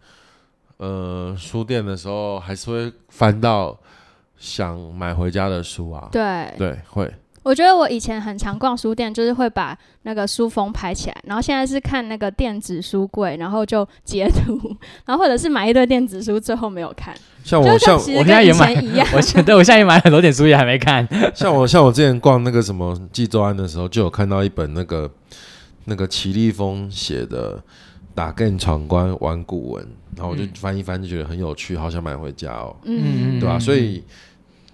S2: 呃书店的时候，还是会翻到想买回家的书啊。
S3: 对。
S2: 对，会。
S3: 我觉得我以前很常逛书店，就是会把那个书封拍起来，然后现在是看那个电子书柜，然后就截图， 然后或者是买一堆电子书，最后没有看，
S2: 像
S3: 就
S2: 我
S3: 是
S2: 像
S3: 其实
S1: 哦我现在
S3: 跟
S1: 也
S3: 以
S1: 买
S3: 前一 样。
S1: 我现对我现在也买很多点书也还没看，
S2: 像我像我之前逛那个什么济州安的时候，就有看到一本那个那个齐立峰写的《打更闯关玩古文》，然后我就
S1: 嗯
S2: 翻一翻，就觉得很有趣，好想买回家哦，
S1: 嗯
S3: 嗯，
S2: 对吧、
S1: 嗯
S2: 所以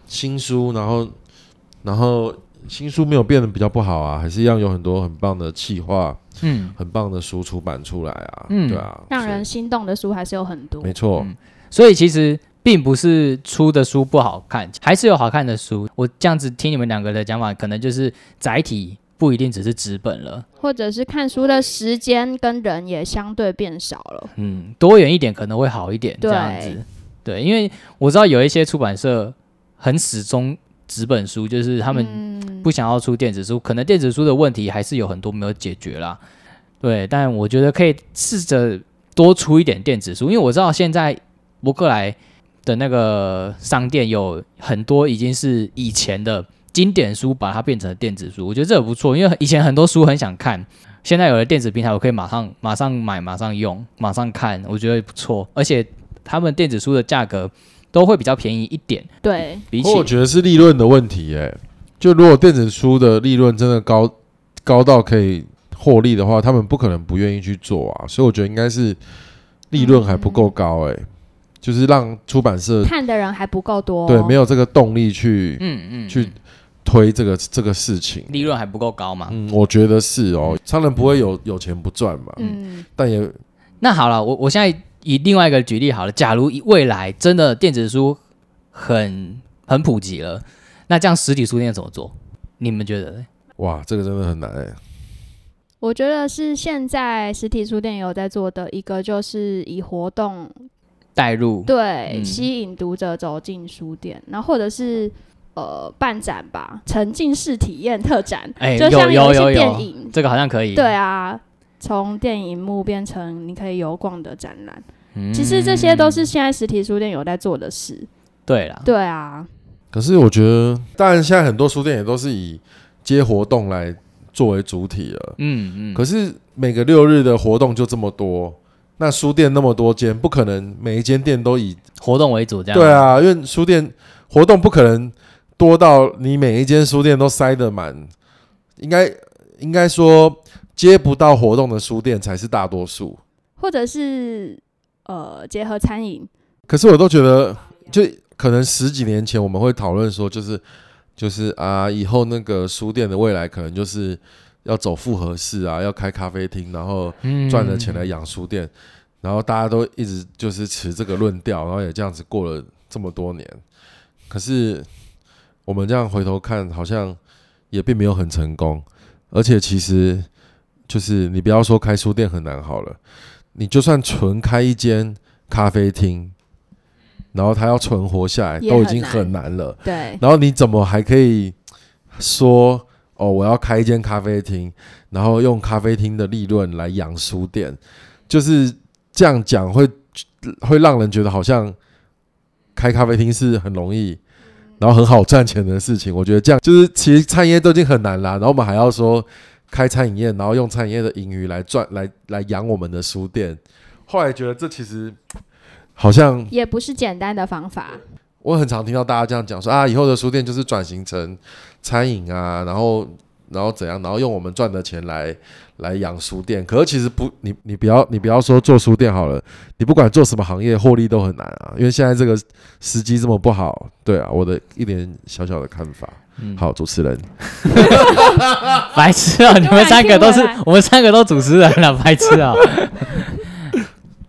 S2: 新书，然后然后新书没有变得比较不好啊，还是一样有很多很棒的企划、
S1: 嗯，
S2: 很棒的书出版出来啊，
S1: 嗯
S2: 对啊，
S3: 让人
S2: 所
S3: 心动的书还是有很多
S2: 以。没错，
S1: 嗯所以其实并不是出的书不好看，还是有好看的书。我这样子听你们两个的讲法，可能就是载体不一定只是纸本了，
S3: 或者是看书的时间跟人也相对变少了。
S1: 嗯，多元一点可能会好一点，
S3: 对
S1: 这样子。对，因为我知道有一些出版社很始终纸本书，就是他们
S3: 嗯
S1: 不想要出电子书，可能电子书的问题还是有很多没有解决啦。对，但我觉得可以试着多出一点电子书，因为我知道现在博客来的那个商店有很多已经是以前的经典书，把它变成了电子书，我觉得这个不错，因为以前很多书很想看，现在有了电子平台，我可以马上马上买、马上用、马上看，我觉得不错，而且他们电子书的价格都会比较便宜一点，
S3: 对，
S1: 比
S2: 不
S1: 起
S2: 过我觉得是利润的问题、耶。就如果电子书的利润真的高高到可以获利的话，他们不可能不愿意去做啊。所以我觉得应该是利润还不够高、
S3: 嗯
S2: 欸，哎、就是让出版
S1: 呃
S2: 社
S3: 看的人还不够多、哦
S2: 对没有这个动力去、
S1: 嗯嗯，
S2: 去推这个这个事情。
S1: 利润还不够高嘛？
S2: 嗯，我觉得是哦，商人不会有有钱不赚嘛，
S3: 嗯，
S2: 但也
S1: 那好了，我我现在以另外一个举例好了，假如以未来真的电子书很很普及了，那这样实体书店怎么做？你们觉得呢？
S2: 哇，这个真的很难哎、
S3: 我觉得是现在实体书店有在做的一个，就是以活动
S1: 带入
S3: 对、
S1: 嗯
S3: 吸引读者走进书店，然后或者是呃办展吧，沉浸式体验特展，
S1: 哎
S3: 就像
S1: 有有
S3: 一些
S1: 有有
S3: 电影，
S1: 这个好像可以。
S3: 对啊，从电影幕变成你可以游逛的展览，
S1: 嗯，
S3: 其实这些都是现在实体书店有在做的事，
S1: 嗯对啦，
S3: 对啊，
S2: 可是我觉得，当然现在很多书店也都是以接活动来作为主体了。
S1: 嗯嗯，
S2: 可是每个六日的活动就这么多，那书店那么多间，不可能每一间店都以
S1: 活动为主这样。
S2: 对，啊，因为书店活动不可能多到你每一间书店都塞得满，应该应该说接不到活动的书店才是大多数。
S3: 或者是呃结合餐饮，
S2: 可是我都觉得，就可能十几年前我们会讨论说，就是就是啊，以后那个书店的未来可能就是要走复合式啊，要开咖啡厅，然后
S1: 嗯
S2: 赚了钱来养书店，然后大家都一直就是持这个论调，然后也这样子过了这么多年。可是我们这样回头看，好像也并没有很成功，而且其实就是你不要说开书店很难好了，你就算纯开一间咖啡厅，然后他要存活下来
S3: 也
S2: 都已
S3: 很
S2: 经
S3: 难
S2: 很难了。
S3: 对，
S2: 然后你怎么还可以说哦，我要开一间咖啡厅，然后用咖啡厅的利润来养书店？就是这样讲会会让人觉得好像开咖啡厅是很容易，然后很好赚钱的事情。我觉得这样就是其实餐饮业都已经很难啦，然后我们还要说开餐饮业，然后用餐饮业的盈余来赚来来养我们的书店。后来觉得这其实好像
S3: 也不是简单的方法，
S2: 我很常听到大家这样讲说啊，以后的书店就是转型成餐饮啊，然后然后怎样，然后用我们赚的钱来来养书店。可是其实不，你你不要你不要说做书店好了，你不管做什么行业，获利都很难啊，因为现在这个时机这么不好。对啊，我的一点小小的看法。
S1: 嗯
S2: 好，主持人，
S1: 白痴啊、你们三个都是
S3: 突然听回来，
S1: 我们三个都主持人了、白痴 啊、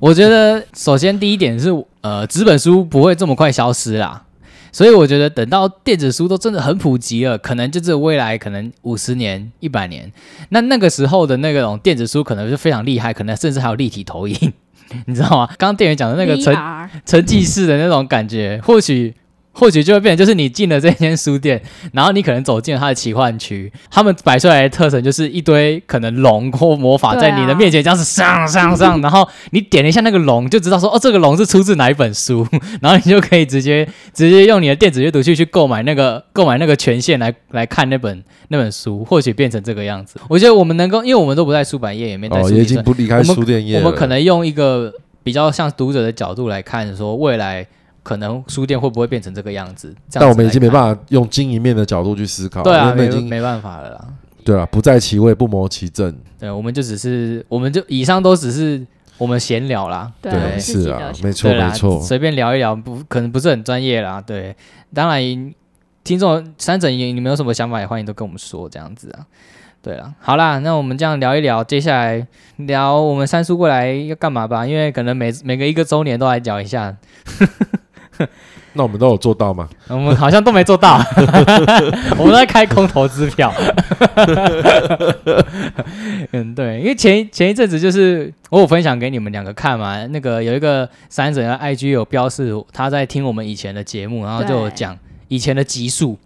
S1: 我觉得首先第一点是，呃，纸本书不会这么快消失啦，所以我觉得等到电子书都真的很普及了，可能就是未来可能五十年、一百年，那那个时候的那种电子书可能就非常厉害，可能甚至还有立体投影，你知道吗？刚刚店员讲的那个陈
S3: VR
S1: 沉浸式的那种感觉，
S2: 嗯
S1: 或许或许就会变成，就是你进了这间书店，然后你可能走进了它的奇幻区，他们摆出来的特征就是一堆可能龙或魔法
S3: 对
S1: 在
S3: 啊
S1: 你的面前这样子上上 上，然后你点了一下那个龙，就知道说哦，这个龙是出自哪一本书， 然后你就可以直接直接用你的电子阅读器去购买那个购买那个权限来来看那本那本书，或许变成这个样子。我觉得我们能够，因为我们都不在出版业里面，在
S2: 哦，
S1: 书
S2: 也已
S1: 店上
S2: 经不离开
S1: 我们
S2: 书店业
S1: 我
S2: 了。
S1: 们可能用一个比较像读者的角度来看，说未来可能书店会不会变成这个样子？
S2: 但我们已经没
S1: 法，
S2: 办法用经营面的角度去思考，
S1: 对啊，
S2: 因
S1: 没
S2: 为那已经
S1: 没办法了啦。
S2: 对啊，不在其位不谋其政。
S1: 对，我们就只是，我们就以上都只是我们闲聊啦，
S3: 对我
S2: 对，
S3: 们自
S2: 是
S3: 己
S2: 啊
S3: 的，想
S2: 没错
S1: 对
S2: 没
S1: 啦，
S2: 错。
S1: 随便聊一聊，不可能不是很专业啦。对，当然，听众三整也你们有什么想法也欢迎都跟我们说，这样子啊。对啦，好啦，那我们这样聊一聊，接下来聊我们三叔过来要干嘛吧？因为可能每每个一个周年都来聊一下，
S2: 那我们都有做到吗？
S1: 我们好像都没做到，我们在开空头支票。 嗯，对，因为前一前一阵子就是我有分享给你们两个看嘛，那个有一个三婶的 IG 有标示他在听我们以前的节目，然后就有讲以前的集数，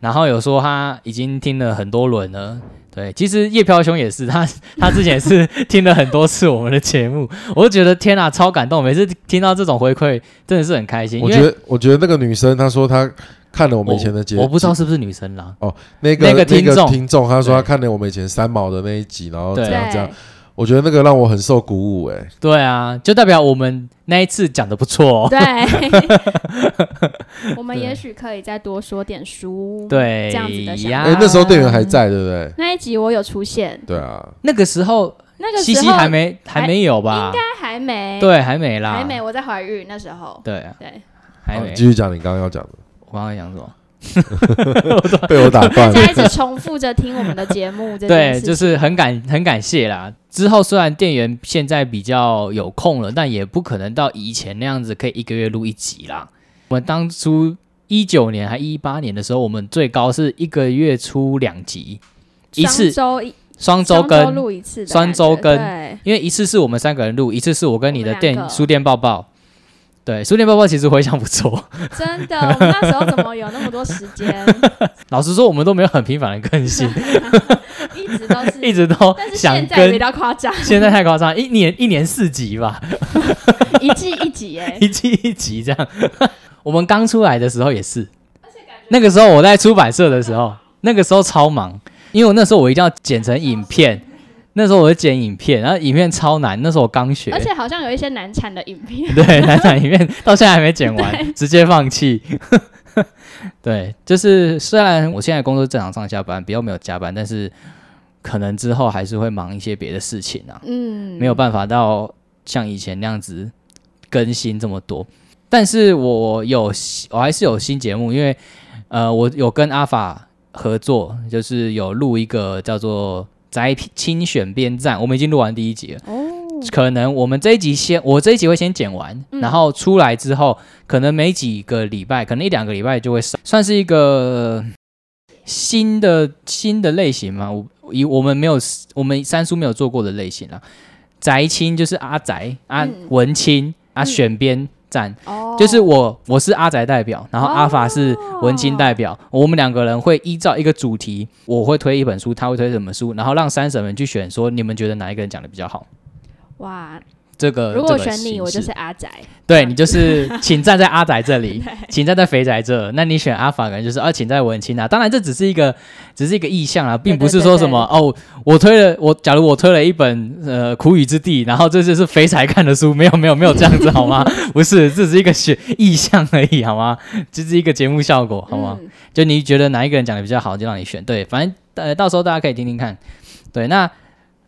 S1: 然后有说他已经听了很多轮了。对，其实叶飘兄也是，他他之前也是听了很多次我们的节目，我就觉得天啊，超感动！每次听到这种回馈，真的是很开心。
S2: 我
S1: 因为
S2: 觉得，我觉得那个女生她说她看了我们以前的节，
S1: 我不知道是不是女生啦。
S2: 那个
S1: 那个
S2: 那
S1: 听众
S2: 听众，她说她
S1: 对
S2: 看了我们以前三毛的那一集，然后怎
S1: 对
S2: 样怎样
S3: 对。
S2: 我觉得那个让我很受鼓舞、欸，哎，
S1: 对啊，就代表我们那一次讲的不 错、哦。
S3: 对，我们也许可以再多说点书。，
S1: 对，
S3: 这样子的想
S1: 呀、
S3: 法
S2: 哎、那时候店员还在，对不对？
S3: 那一集我有出现，
S2: 对啊，
S1: 那个时候，
S3: 那个时
S1: 西
S3: 候
S1: 西还没还没有吧？
S3: 应该还没，，
S1: 对，还没啦，
S3: 还没，我在怀孕那时候，
S1: 对，
S3: 对，
S1: 还
S2: 好
S1: 没
S2: 你。继续讲你刚刚要讲的，
S1: 我刚刚讲什么？
S2: 被我打
S3: 大
S2: 断了
S3: 家。一直重复着听我们的节目，这件
S1: 对，
S3: 事情
S1: 就是很感很感谢啦。之后虽然店员现在比较有空了，但也不可能到以前那样子可以一个月录一集啦。我们当初一九年还一八年的时候，我们最高是一个月出两集，一次
S3: 双周一
S1: 双周
S3: 双周
S1: 更，
S3: 录一次的感觉，
S1: 双周更
S3: 对
S1: 因为一次是我们三个人录，一次是我跟你
S3: 我
S1: 的
S3: 们两
S1: 店
S3: 个
S1: 书店抱抱。对，书店抱抱其实回想不错。
S3: 真的，我们那时候怎么有那么多时间？
S1: 老实说，我们都没有很频繁的更新，
S3: 一直都是，
S1: 一直都
S3: 但是
S1: 想
S3: 现在比
S1: 跟。
S3: 较夸张，
S1: 现在太夸张，一年一年四集吧。
S3: 一季一集哎，
S1: 一季一集这样。 我们刚出来的时候也是，那个时候我在出版社的时 候，那个时候超忙，因为我那时候我一定要剪成影片，那时候我就剪影片，然后影片超难，那时候我刚学
S3: 而，且好像有一些难产的影 片，
S1: 对，难产影片到现在还没剪完，直接放弃。 对，就是虽然我现在工作正常上下班，比较没有加班，但是可能之后还是会忙一些别的事情啊。
S3: 嗯，
S1: 没有办法到像以前那样子更新这么多。但是我有我还是有新节目，因为呃，我有跟阿法合作，就是有录一个叫做“宅清选编站”，我们已经录完第一集了。
S3: 哦，
S1: 可能我们这一集先，我这一集会先剪完，
S3: 嗯
S1: 然后出来之后，可能没几个礼拜，可能一两个礼拜就会上，算是一个新的新的类型嘛。我以我们没有我们三叔没有做过的类型啦，宅青就是阿宅啊，
S3: 嗯
S1: 文青啊，
S3: 嗯
S1: 选边站。
S3: 哦，
S1: 就是我，我是阿宅代表，然后阿法是文青代表，我们两个人会依照一个主题，我会推一本书，他会推什么书，然后让三婶们去选，说你们觉得哪一个人讲的比较好。
S3: 哇，
S1: 这个
S3: 如
S1: 呃这个
S3: 果选
S1: 形
S3: 你，我就
S1: 式
S3: 是阿宅，
S1: 对你 就是，请站在阿宅这里，请站在肥宅这。那你选阿法，可能就是啊，请在文青啊。当然，这只是一个，只是一个意向啊，并不是说什么哦，我推了我，假如我推了一本呃《苦雨之地》，然后这就是肥宅看的书，没有没有没有这样子好吗？不是，这只是一个选意向而已好吗？这是一个节目效果好吗？
S3: 嗯？
S1: 就你觉得哪一个人讲的比较好，就让你选。对，反正呃，到时候大家可以听听看。对，那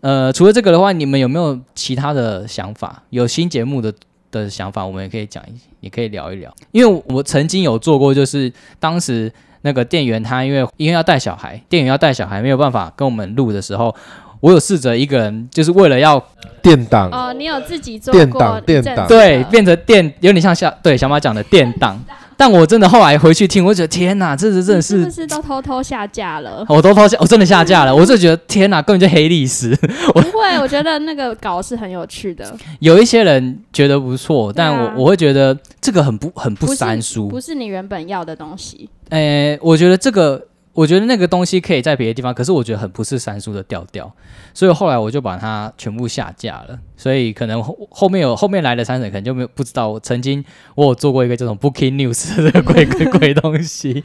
S1: 呃，除了这个的话，你们有没有其他的想法？有新节目的的想法，我们也可以讲一，也可以聊一聊。因为我曾经有做过，就是当时那个店员他因为因为要带小孩，店员要带小孩没有办法跟我们录的时候，我有试着一个人，就是为了要
S2: 电档，
S3: 哦，你有自己做
S2: 电
S3: 过
S2: 档
S3: 一
S2: 电
S3: 阵
S2: 档
S1: 嗯
S3: 子
S1: 对，
S3: 的嗯
S1: 变成电，有点像小对小马讲的电档。但我真的后来回去听，我就觉得天哪，这是真的
S3: 你是
S1: 是？
S3: 不是都偷偷下架了
S1: 我都抛下，我真的下架了。我就觉得天哪，根本就黑历史。
S3: 不会，我觉得那个稿是很有趣的，
S1: 有一些人觉得不错，但我、
S3: 对啊
S1: 我会觉得这个很不很不
S3: 不是
S1: 三书
S3: 不。是你原本要的东西。
S1: 诶、我觉得这个，我觉得那个东西可以在别的地方，可是我觉得很不是三叔的调调，所以后来我就把它全部下架了。所以可能后后面有后面来的三婶可能就没有不知道，我曾经我有做过一个这种 Booking News 的这个鬼 鬼鬼东西，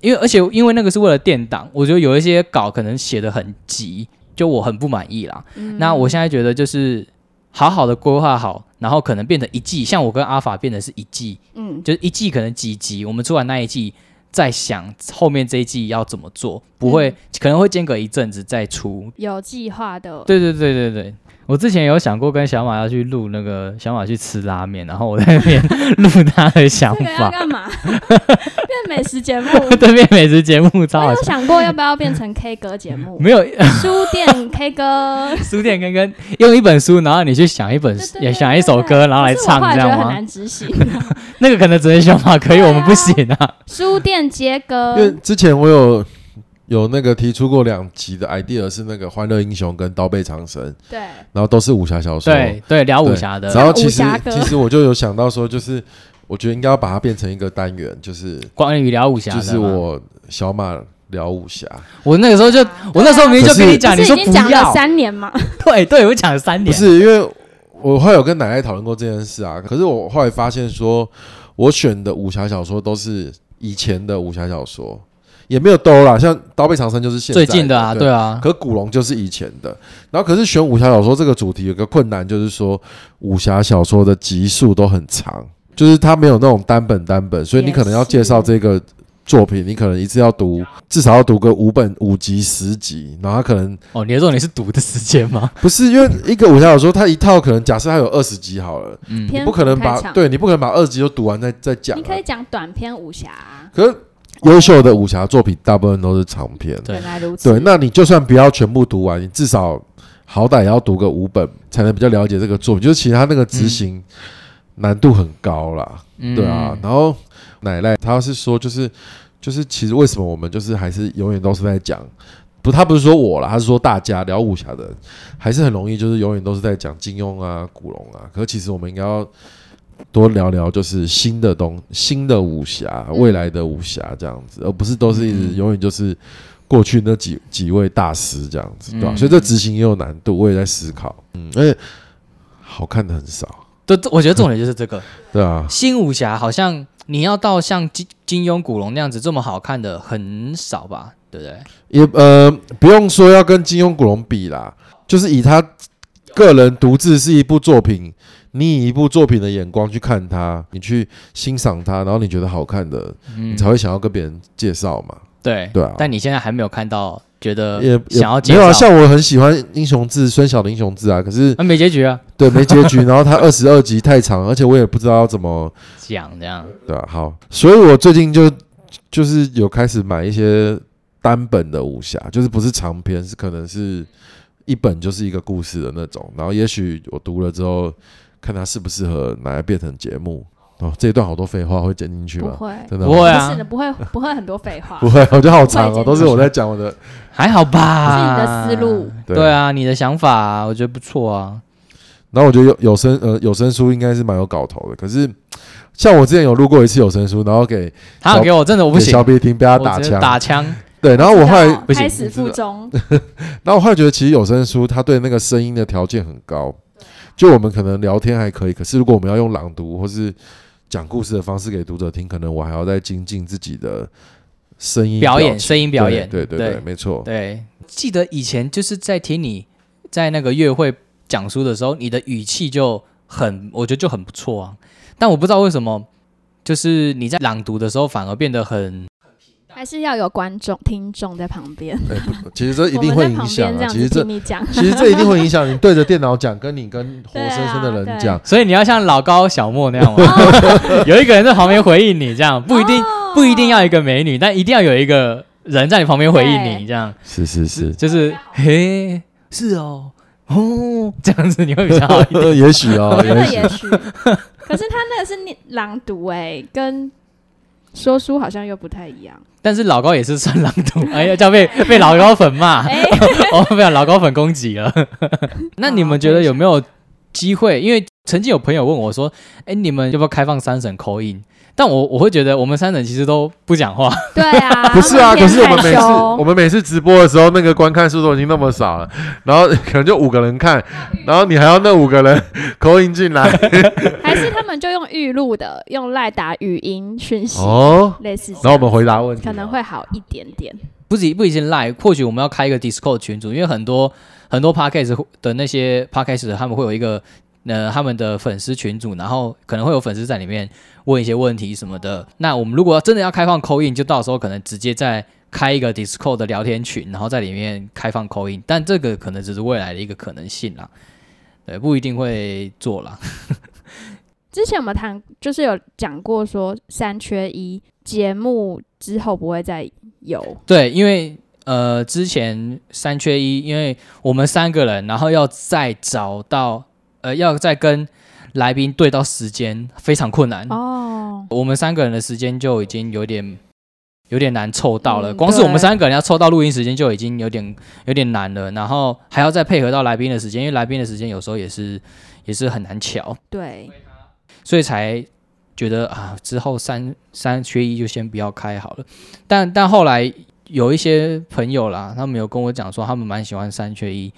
S1: 因为而且因为那个是为了垫档，我觉得有一些稿可能写的很急，就我很不满意啦。
S3: 嗯
S1: 那我现在觉得就是好好的规划好，然后可能变成一季，像我跟阿法变成是一季，
S3: 嗯，
S1: 就是一季可能几集，我们出完那一季再想后面这一季要怎么做，不会、
S3: 嗯
S1: 可能会间隔一阵子再出。
S3: 有计划的，
S1: 对对对对对。我之前有想过跟小马要去录那个小马去吃拉面，然后我在那 边录他的想
S3: 这个要
S1: 啊法，
S3: 干嘛？变美食节 目？
S1: 对面美食节目超
S3: 我
S1: 好
S3: 有
S1: 笑，
S3: 想过要不要变成 K 歌节目，
S1: 没有
S3: 书店 K 歌，
S1: 书店跟跟用一本书，然后你去想一本
S3: 对对对
S1: 也想一首
S3: 对
S1: 歌，然后来
S3: 可是
S1: 唱
S3: 我后来
S1: 这
S3: 觉
S1: 样
S3: 得很
S1: 吗？
S3: 难执行。
S1: 那个可能只能小马可以，
S3: 对啊
S1: 我们不行啊。
S3: 书店接歌
S2: 因，为之前我有有那个提出过两集的 idea 是那个《欢乐英雄》跟《刀背长神》，
S3: 对，
S2: 然后都是武侠小
S3: 啊
S2: 说。
S1: 对对，聊武侠
S2: 然
S1: 的
S2: 后其实
S3: 武侠歌
S2: 其实我就有想到说，就是我觉得应该要把它变成一个单元，就是
S1: 关于聊武侠的
S2: 就
S1: 嘛，
S2: 是我小马聊武侠，
S1: 我那个时候就我那时候明明就跟你讲，
S3: 不
S1: 你
S3: 啊是
S1: 说
S3: 已
S1: 不
S3: 经讲了
S1: 要，
S3: 三年嘛？
S1: 对对，我讲了三
S2: 不
S1: 年，
S2: 是因为我后来有跟奶奶讨论过这件事啊。可是我后来发现说，我选的武侠小说都是以前的武侠小说，也没有兜啦，像《刀背长生》就是现
S1: 最
S2: 在
S1: 近的啊，
S2: 对
S1: 对啊，
S2: 可古龙就是以前的，然后可是选武侠小说这个主题有个困难，就是说武侠小说的集数都很长，就是它没有那种单本单本，所以你
S3: 也
S2: 可能要介绍这个作品，你可能一次要读至少要读个五本五集十集，然后它可能
S1: 哦，你的重点是读的时间吗？
S2: 不是因为一个武侠小说，它一套可能假设它有二十集好了，
S1: 嗯，
S3: 篇
S2: 你不可能
S3: 幅太
S2: 把
S3: 长
S2: 对你不可能把二十集都读完再再讲、啊
S3: 你，可以讲短篇武侠啊、
S2: 可是优秀的武侠作品大部分都是长篇。
S1: 对
S3: 原来如此。
S2: 对，那你就算不要全部读完，你至少好歹也要读个五本，才能比较了解这个作品。就是其实他那个
S3: 嗯
S2: 执行难度很高啦，
S1: 嗯
S2: 对啊。然后奶奶他是说，就是就是，其实为什么我们就是还是永远都是在讲。不，他不是说我啦，他是说大家聊武侠的人，还是很容易，就是永远都是在讲金庸啊、古龙啊。可是其实我们应该要多聊聊，就是新的东、新的武侠、未来的武侠这样子，而不是都是一直永远就是过去那几几位大师这样子，对吧、
S1: 嗯
S2: 所以这执行也有难度，我也在思考。嗯，而且好看的很少，
S1: 对，这我觉得重点就是这个
S2: 对啊，
S1: 新武侠，好像你要到像金金庸、古龙那样子这么好看的很少吧，对不对？
S2: 也呃不用说要跟金庸、古龙比啦，就是以他个人独自是一部作品，你以一部作品的眼光去看它，你去欣赏它，然后你觉得好看的，你
S1: 嗯，
S2: 才会想要跟别人介绍嘛。
S1: 对
S2: 对啊
S1: 但你现在还没有看到，觉得
S2: 也也
S1: 呃想要介
S2: 没有啊，
S1: 绍，
S2: 像我很喜欢英雄志孙晓的英雄志啊，可是
S1: 啊，没结局啊，
S2: 对没结 局，然后他二十二集太长，而且我也不知道要怎么
S1: 讲这样，
S2: 对啊，好，所以我最近就就是有开始买一些单本的武侠，就是不是长篇，是可能是一本就是一个故事的那种。然后也许我读了之后，看它适不适合拿来变成节目。哦，这一段好多废话会剪进去
S3: 不
S2: 吗？
S3: 会，
S2: 真的
S1: 不会
S2: 吗
S1: 啊
S3: 不是的，不会，不会很多废话，
S2: 不会，我觉得好长
S3: 不
S2: 哦，
S3: 会剪进去
S2: 都是我在讲我的。
S1: 还好
S3: 是你
S1: 吧？
S3: 的思路。。
S2: 对
S1: 对啊，你的想法、我觉得不错啊。
S2: 然后我觉得有有声呃有声书应该是蛮有搞头的，可是像我之前有录过一次有声书，然后给
S1: 他
S2: 小
S1: 有给我真的我不
S2: 给
S1: 行
S2: 小，B 听，被他
S1: 我
S2: 打
S1: 直接
S2: 枪。
S1: 打枪，
S2: 对，然后我后来
S3: 知道开始
S2: 你知道
S3: 附中，
S2: 然后我后来觉得，其实有声书它对那个声音的条件很高，就我们可能聊天还可以，可是如果我们要用朗读或是讲故事的方式给读者听，可能我还要再精进自己的声音
S1: 表演
S2: 情
S1: 声音表演
S2: 对对对对
S1: 对
S2: 没错。
S1: 对，记得以前就是在听你在那个月会讲书的时候，你的语气就很，我觉得就很不错啊。但我不知道为什么，就是你在朗读的时候反而变得很，
S3: 还是要有观众、听众在旁边，
S2: 哎不其实这一
S3: 我
S2: 定
S3: 们
S2: 会
S3: 在
S2: 影
S3: 旁
S2: 响
S3: 边这
S2: 啊，
S3: 样
S2: 其
S3: 子
S2: 实这。
S3: 听你讲
S2: 其实这一定会影响你对着电脑讲，跟你跟活
S3: 对
S2: 生生的
S3: 啊
S2: 人
S3: 对
S2: 讲。
S1: 所以你要像老高、小莫那样吗？有一个人在旁边回应你，这样不一定不一定要一个美女，但一定要有一个人在你旁边回应你，
S3: 对
S1: 这样
S2: 是是是，
S1: 就是嘿，是哦，哦， 这样子你会比较好一点。
S2: 也许 哦，
S3: 真的
S2: 也许
S3: 也许，可是他那个是念朗读哎、跟说书好像又不太一样。
S1: 但是老高也是算朗读，哎呀，这样被被老高粉骂，
S3: 哎、
S1: 哦，被老高粉攻击了。那你们觉得有没有机会？因为曾经有朋友问我说，哎，你们要不要开放三省口音？但我我会觉得我们三省其实都不讲话，
S3: 对啊，
S2: 不是啊，
S3: 他
S2: 可
S3: 们
S2: 是我们每次
S3: 偏害
S2: 我
S3: 羞
S2: 们每次直播的时候，那个观看数都已经那么少了，然后可能就五个人看，然后你还要那五个人 口音进 来
S3: 还是他们就用预录的，用赖打语音讯息，
S2: 哦，
S3: 类似这样，
S2: 然后我们回答问题，
S3: 可能会好一点点。
S1: 不止不仅是 Line，或许我们要开一个 Discord 群组，因为很多很多 Podcast 的那些 Podcast 他们会有一个呃他们的粉丝群组，然后可能会有粉丝在里面问一些问题什么的。那我们如果真的要开放 c a in，就到时候可能直接再开一个 Discord 的聊天群，然后在里面开放 c a in，但这个可能只是未来的一个可能性啦，对，不一定会做啦。
S3: 之前我们谈就是有讲过说三缺一节目之后不会再有，
S1: 对，因为呃，之前三缺一，因为我们三个人，然后要再找到呃，要再跟来宾对到时间，非常困难。
S3: 哦，
S1: 我们三个人的时间就已经有点有点难凑到了，
S3: 嗯
S1: 光是我们
S3: 对
S1: 三个人要凑到录音时间就已经有点有点难了，然后还要再配合到来宾的时间，因为来宾的时间有时候也是也是很难巧，
S3: 对，
S1: 所以才觉得啊，之后三三缺一就先不要开好了。但但后来有一些朋友啦，他们有跟我讲说，他们蛮喜欢三缺一，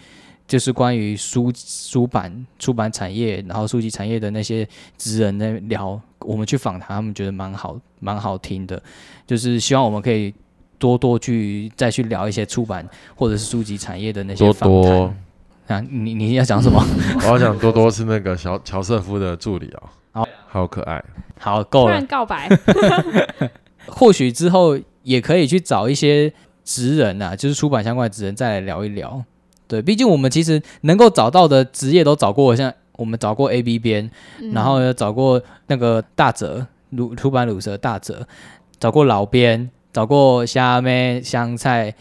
S1: 就是关于书出版出版产业，然后书籍产业的那些职人在聊，我们去访谈，他们觉得蛮好蛮好听的，就是希望我们可以。多多去再去聊一些出版或者是书籍产业的那些
S2: 多
S1: 访
S2: 多
S1: 谈。啊，你你要讲什么？
S2: 我要讲多多是那个小乔瑟夫的助理哦，
S1: 好
S2: 好可爱。
S1: 好，
S3: 突
S1: 够了
S3: 然。告白，
S1: 或许之后也可以去找一些职人啊，就是出版相关的职人再来聊一聊。对，毕竟我们其实能够找到的职业都找过，像我们找过 A B 编，
S3: 嗯
S1: 然后呢找过那个大哲鲁出版鲁蛇大哲，找过老编，找过虾妹香菜，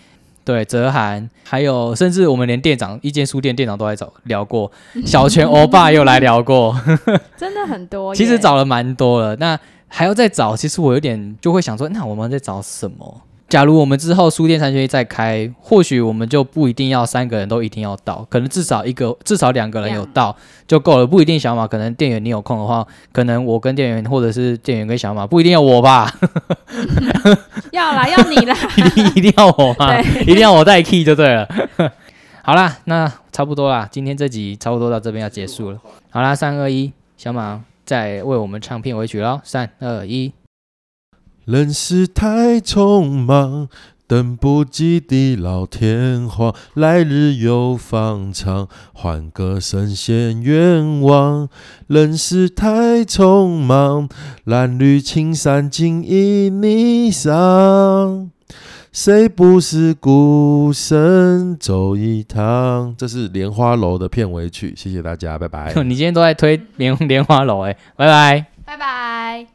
S1: 对哲涵，还有甚至我们连店长一间书店店长都来找聊过，小泉欧巴又来聊过。
S3: 真的很哦多耶，
S1: 其实找了蛮多了，那还要再找，其实我有点就会想说，那我们在找什么？假如我们之后书店三缺一再开，或许我们就不一定要三个人都一定要到，可能至少一个、至少两个人有到就够了，不一定小马。可能店员你有空的话，可能我跟店员或者是店员跟小马，不一定要我 吧，
S3: 要啦，要你 啦，
S1: 一定一定要我吗？
S3: 对
S1: 一定要我带 key 就对了。 好啦，那差不多啦，今天这集差不多到这边要结束了。好啦，三二一，小马再为我们唱片尾曲喽，三二一。
S2: 人世太匆忙，等不及地老天荒。来日又方长，换个神仙愿望。人世太匆忙，褴褛青衫锦衣霓裳。谁不是孤身走一趟？这是《莲花楼》的
S1: 。
S2: 片尾曲，谢谢大家，拜拜
S1: 你今天都在推莲莲花楼哎、拜拜。
S3: 拜拜。